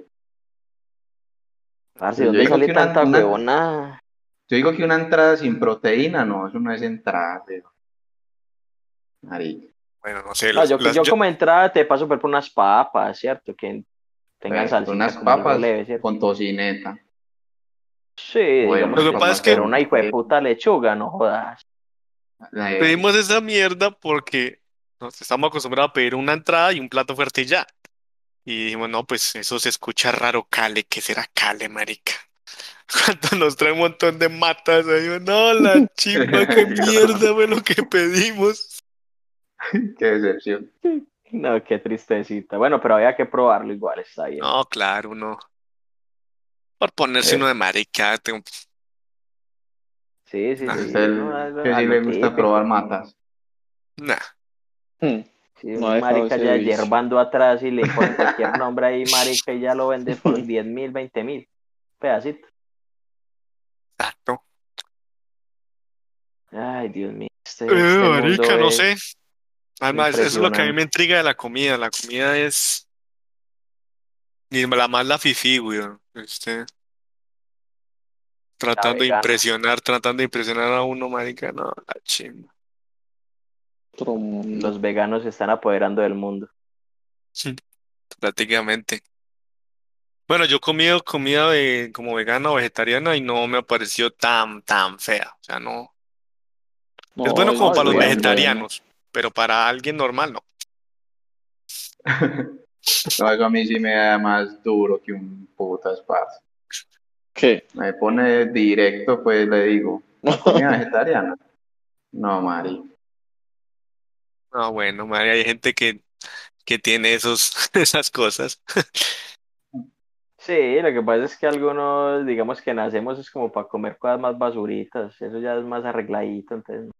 Speaker 3: Parce,
Speaker 4: Yo
Speaker 3: ¿dónde
Speaker 4: digo
Speaker 3: sale
Speaker 4: que una-
Speaker 3: tanta
Speaker 4: una-
Speaker 3: huevona?
Speaker 4: Yo digo que una entrada sin proteína, no, eso no es entrada, pero- marica.
Speaker 2: [LAUGHS] Bueno, no sé.
Speaker 3: No,
Speaker 2: las-
Speaker 3: yo,
Speaker 2: las-
Speaker 3: yo
Speaker 2: yo-
Speaker 3: como entrada te paso por unas papas, ¿cierto? Que tengan
Speaker 4: Eh,
Speaker 3: salsita
Speaker 4: unas
Speaker 3: como algo
Speaker 4: papas
Speaker 3: leve, ¿cierto?
Speaker 4: con tocineta.
Speaker 3: Sí,
Speaker 4: Bueno,
Speaker 3: digamos
Speaker 2: Lo que
Speaker 3: que
Speaker 2: pasa
Speaker 3: no,
Speaker 2: es que-
Speaker 3: pero una hijo de puta lechuga, no jodas. [LAUGHS]
Speaker 4: La-
Speaker 2: pedimos esa mierda porque nos estamos acostumbrados a pedir una entrada y un plato fuerte y ya. Y dijimos, no, pues eso se escucha raro, Cale. ¿Qué será Cale, marica? [LAUGHS] Cuando nos trae un montón de matas, ahí, no, la chimba, qué mierda fue lo que pedimos.
Speaker 4: Qué decepción.
Speaker 3: No, qué tristecita. Bueno, pero había que probarlo igual, está bien.
Speaker 2: No, claro, no. Por ponerse
Speaker 4: Eh.
Speaker 2: uno de maricada, tengo-
Speaker 3: Sí, sí,
Speaker 2: Ah,
Speaker 3: sí.
Speaker 4: es el-
Speaker 3: no, algo-
Speaker 4: Este, que sí
Speaker 3: algo
Speaker 4: le gusta
Speaker 3: típico.
Speaker 4: probar matas.
Speaker 2: nah.
Speaker 5: Hmm.
Speaker 3: Sí,
Speaker 5: No
Speaker 3: un
Speaker 5: ha dejado
Speaker 3: marica
Speaker 5: ese
Speaker 3: ya
Speaker 5: vicio.
Speaker 3: hierbando atrás y le ponen cualquier nombre ahí, marica, y ya lo vende por 10 mil, 20 mil. Pedacito.
Speaker 2: Exacto.
Speaker 3: Ay, Dios mío. Este,
Speaker 2: Eh,
Speaker 3: este mundo
Speaker 2: marica, no
Speaker 3: es-
Speaker 2: sé. Además, eso es lo que a mí
Speaker 3: impresionante.
Speaker 2: me intriga de la comida. La comida es. Ni la más la fifí, weón. Este. Tratando de
Speaker 3: vegana.
Speaker 2: impresionar, tratando de impresionar a uno, marica. No, la chimba.
Speaker 5: Otro mundo.
Speaker 3: Los veganos se están apoderando del mundo.
Speaker 2: Prácticamente. Bueno, yo he comido comida de, como vegana o vegetariana y no me ha parecido tan, tan fea. O sea, no.
Speaker 5: No,
Speaker 2: es bueno como
Speaker 3: no,
Speaker 2: para los
Speaker 3: igual,
Speaker 5: bueno.
Speaker 2: vegetarianos, pero para alguien normal, no.
Speaker 4: No, eso a mí sí me da más duro que un putas parce.
Speaker 3: [LAUGHS]
Speaker 5: ¿Qué?
Speaker 4: Me pone directo, pues le digo, comida vegetariana. No, Mari. [LAUGHS]
Speaker 2: No, bueno, madre, hay gente que, que tiene esos, [LAUGHS] esas cosas.
Speaker 3: Sí, lo que pasa es que algunos, digamos que nacemos es como para comer cosas más basuritas. Eso ya es más arregladito, entonces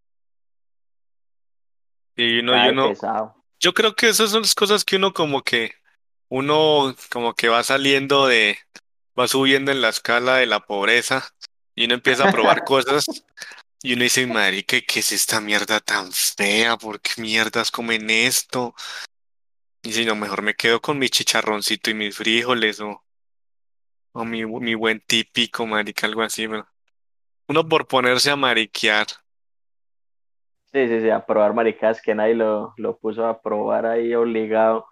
Speaker 2: Y uno,
Speaker 3: está
Speaker 2: y
Speaker 3: de
Speaker 2: uno,
Speaker 3: pesado.
Speaker 2: Yo creo que esas son las cosas que uno como que, uno como que va saliendo de, va subiendo en la escala de la pobreza y uno empieza a
Speaker 3: [LAUGHS]
Speaker 2: probar cosas y uno dice, marica, ¿qué es esta mierda tan fea? ¿Por qué mierdas comen esto? Y si no, mejor me quedo con mi chicharroncito y mis frijoles o, o mi, bu- mi buen típico, marica, algo así, ¿verdad? Uno por ponerse a mariquear.
Speaker 3: Sí, sí, sí, a probar maricadas que nadie lo, lo puso a probar ahí obligado.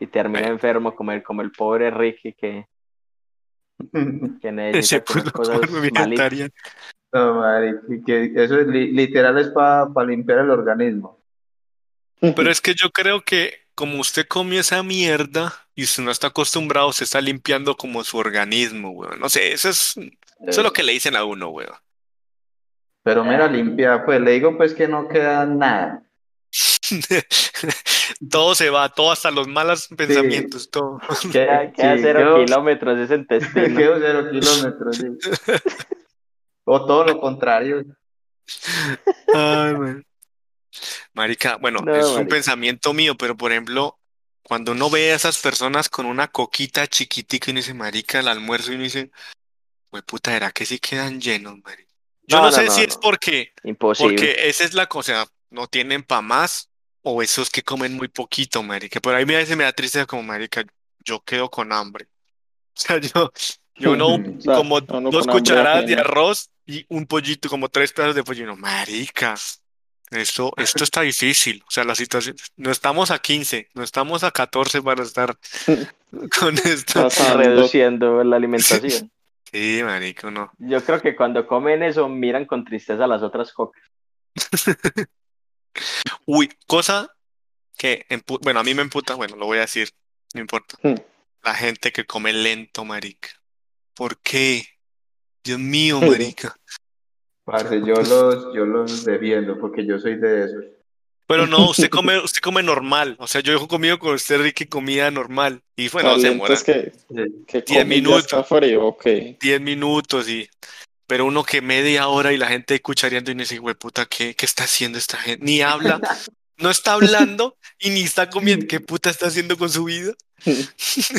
Speaker 3: Y termina
Speaker 2: Bueno.
Speaker 3: enfermo como el, como el pobre Ricky que, que
Speaker 2: [LAUGHS] Se
Speaker 3: necesita
Speaker 2: puso
Speaker 3: comer
Speaker 2: a
Speaker 3: cosas
Speaker 2: comer
Speaker 3: malitas.
Speaker 2: vegetariano.
Speaker 4: No, Mari. y que eso es li- literal es para limpiar el organismo.
Speaker 2: Pero es que yo creo que como usted comió esa mierda y usted no está acostumbrado, se está limpiando como su organismo, weón. No sé, eso es, eso es lo que Ah. le dicen a uno, weón.
Speaker 4: Pero mira, limpia, pues le digo pues que no queda nada.
Speaker 2: Todo se va, todo hasta los malos pensamientos,
Speaker 3: [LAUGHS]
Speaker 2: todo.
Speaker 4: Que-
Speaker 3: Queda, queda
Speaker 4: sí,
Speaker 3: cero
Speaker 4: quedó-
Speaker 3: kilómetros ese
Speaker 4: [LAUGHS]
Speaker 3: intestino.
Speaker 4: quedó cero
Speaker 2: [LAUGHS]
Speaker 4: kilómetros, sí. O todo lo contrario.
Speaker 2: Ay, weón. Marica, bueno,
Speaker 3: No,
Speaker 2: es un
Speaker 3: marica.
Speaker 2: pensamiento mío, pero por ejemplo, cuando uno ve a esas personas con una coquita chiquitica y uno dice, marica, el almuerzo, y uno dice, wey puta, ¿era que sí quedan llenos, marica? Yo
Speaker 3: No,
Speaker 2: no
Speaker 3: no,
Speaker 2: sé
Speaker 3: no,
Speaker 2: si es
Speaker 3: no.
Speaker 2: porque...
Speaker 3: Imposible.
Speaker 2: Porque esa es la cosa, no tienen pa' más, o esos que comen muy poquito, marica. Por ahí me- a veces me da tristeza como, marica, yo quedo con hambre. [LAUGHS] O sea, yo, yo
Speaker 5: [LAUGHS]
Speaker 2: no,
Speaker 5: sea,
Speaker 2: como
Speaker 5: a uno
Speaker 2: dos
Speaker 5: con hambre
Speaker 2: cucharadas de
Speaker 5: ajena.
Speaker 2: arroz y un pollito, como tres pedazos de pollo. Y uno, marica, esto, esto está difícil. O sea, la situación, no estamos a 15, no estamos a 14 para
Speaker 5: [LAUGHS]
Speaker 2: estar [LAUGHS] con
Speaker 5: Ah.
Speaker 2: esto.
Speaker 5: Pasando.
Speaker 3: Reduciendo la alimentación.
Speaker 2: Sí, marica, no.
Speaker 3: Yo creo que cuando comen eso miran con tristeza las otras cocas.
Speaker 2: Uy, cosa que, empu- bueno, a mí me emputa, bueno, lo voy a decir, no importa.
Speaker 5: Hmm.
Speaker 2: La gente que come lento, marica. ¿Por qué? Dios mío, marica.
Speaker 4: Parce, yo los, yo los defiendo porque yo soy de esos.
Speaker 2: Pero no, usted come, usted come normal. O sea, yo he comido con usted, Ricky, comida normal. Y bueno, se
Speaker 5: Valientes
Speaker 2: demoran
Speaker 5: que,
Speaker 4: Sí.
Speaker 5: que
Speaker 2: 10
Speaker 5: come y ya está
Speaker 2: minutos,
Speaker 5: frío, ok.
Speaker 2: 10 minutos y... Pero uno que media hora y la gente cuchareando y uno dice, güey, puta, ¿qué, qué está haciendo esta gente? Ni habla, no está hablando y ni está comiendo. ¿Qué puta está haciendo con su vida? [LAUGHS]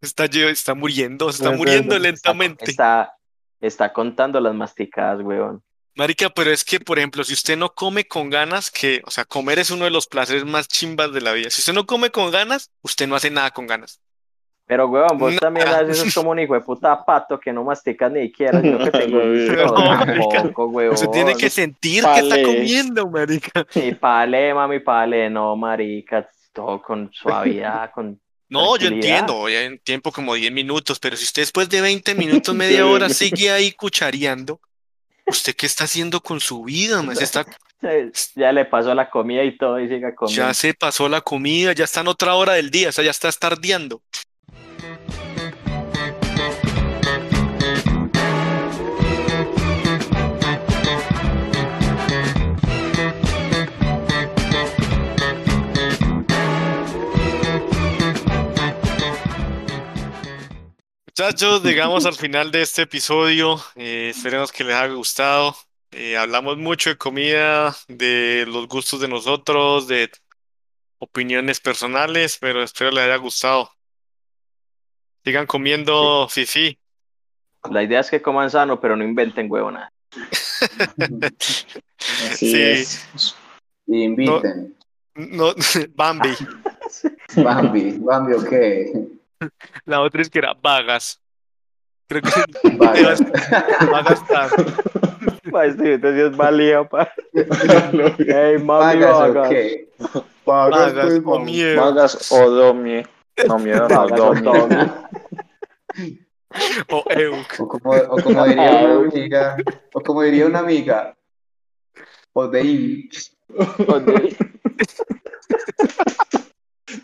Speaker 2: Está, lle- está muriendo, está muriendo
Speaker 3: Está,
Speaker 2: lentamente.
Speaker 3: está, está contando las masticadas, weón.
Speaker 2: Marica, pero es que, por ejemplo, si usted no come con ganas, que, o sea, comer es uno de los placeres más chimbas de la vida. Si usted no come con ganas, usted no hace nada con ganas.
Speaker 3: Pero, weón, vos
Speaker 2: Nada.
Speaker 3: también a veces sos como un hijo de puta pato que no masticas ni siquiera. Yo
Speaker 2: [LAUGHS]
Speaker 3: que tengo
Speaker 5: Lo vi.
Speaker 3: gusto.
Speaker 2: No, marica.
Speaker 3: Tampoco,
Speaker 2: Usted tiene que
Speaker 3: weón.
Speaker 2: sentir que está
Speaker 5: Vale.
Speaker 2: comiendo, marica.
Speaker 3: Mi pale, mami, pale. No, marica. Todo con suavidad, con
Speaker 2: No, yo
Speaker 3: Tranquilidad.
Speaker 2: entiendo, ya en tiempo como 10 minutos, pero si usted después de 20 minutos, media hora, sigue ahí cuchareando, ¿usted qué está haciendo con su vida, man? Se está,
Speaker 3: Ya- eh, Ya le pasó la comida y todo y siga
Speaker 2: ya
Speaker 3: comiendo.
Speaker 2: se pasó la comida, ya está en otra hora del día, o sea, ya está tardeando. Muchachos, llegamos al final de este episodio. Eh, esperemos que les haya gustado. Eh, hablamos mucho de comida, de los gustos de nosotros, de opiniones personales, pero espero les haya gustado. Sigan comiendo [LAUGHS] fifi.
Speaker 3: La idea es que coman sano, pero no inventen huevona.
Speaker 5: Así
Speaker 2: Sí.
Speaker 5: es.
Speaker 4: Y inviten.
Speaker 2: No, [LAUGHS] Bambi.
Speaker 4: Bambi, Bambi, ok.
Speaker 2: La otra es que era vagas. Creo
Speaker 5: [LAUGHS]
Speaker 2: que
Speaker 4: Vale.
Speaker 2: vagas tan-
Speaker 3: Pa, este gente sí es valía, pa. Ey, mami,
Speaker 4: Pagas,
Speaker 3: vagas.
Speaker 4: ok.
Speaker 2: vagas
Speaker 4: Pagas,
Speaker 2: o
Speaker 4: pues,
Speaker 2: miedo.
Speaker 5: Vagas o domie. No, miedo, [LAUGHS] no,
Speaker 3: Vagas o
Speaker 5: domie.
Speaker 3: todo.
Speaker 2: O Euk.
Speaker 4: o como, o como diría una amiga, o como diría una amiga, o de in.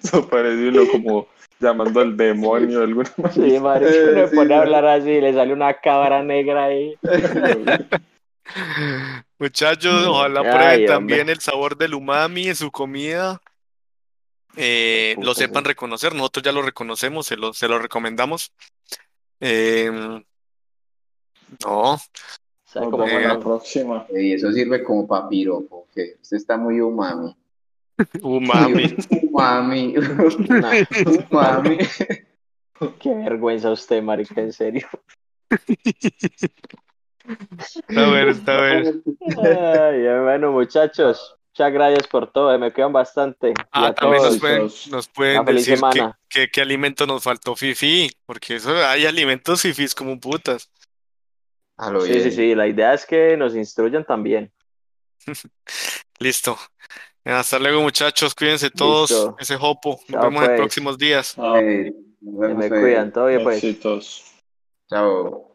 Speaker 5: Eso parece uno como llamando al demonio de alguna
Speaker 3: Sí,
Speaker 5: manera.
Speaker 3: marico, uno
Speaker 4: Eh,
Speaker 3: se
Speaker 2: [LAUGHS]
Speaker 4: sí,
Speaker 3: pone a
Speaker 4: sí.
Speaker 3: hablar así y le sale una cabra negra ahí.
Speaker 2: Muchachos, ojalá
Speaker 3: Mm. Ay,
Speaker 2: prueben
Speaker 3: hombre.
Speaker 2: también el sabor del umami en su comida. Eh, lo sepan reconocer, nosotros ya lo reconocemos, se lo, se lo recomendamos. Eh, no, [LAUGHS]
Speaker 3: ¿Sabe
Speaker 5: Nos
Speaker 3: cómo
Speaker 5: vemos
Speaker 2: Eh,
Speaker 5: la próxima.
Speaker 4: Y eso sirve como para piropo, que usted está muy umami.
Speaker 3: [LAUGHS]
Speaker 2: umami.
Speaker 4: Umami, umami.
Speaker 3: Qué vergüenza usted, marica, en serio.
Speaker 2: Está bueno, está bueno.
Speaker 3: [LAUGHS] Ay, bueno, muchachos, muchas gracias por todo, eh, me quedan bastante. Y
Speaker 2: Ah,
Speaker 3: a
Speaker 2: también nos
Speaker 3: todos,
Speaker 2: pueden,
Speaker 5: todos.
Speaker 2: nos pueden
Speaker 3: Una feliz
Speaker 2: decir qué-
Speaker 3: semana.
Speaker 2: qué- qué alimento nos faltó, Fifi, porque eso hay alimentos Fifis como putas.
Speaker 4: A lo
Speaker 3: Sí, sí,
Speaker 4: bien.
Speaker 3: sí, la idea es que nos instruyan también.
Speaker 2: Listo. Hasta luego, muchachos. Cuídense todos.
Speaker 3: Listo.
Speaker 2: Ese jopo. Nos
Speaker 3: Chao,
Speaker 2: vemos en
Speaker 3: pues.
Speaker 2: próximos días.
Speaker 5: Ah,
Speaker 4: Eh, nos
Speaker 3: Se
Speaker 4: vemos,
Speaker 3: me
Speaker 4: eh.
Speaker 3: cuidan, todo bien, pues.
Speaker 5: éxitos.
Speaker 4: Chao.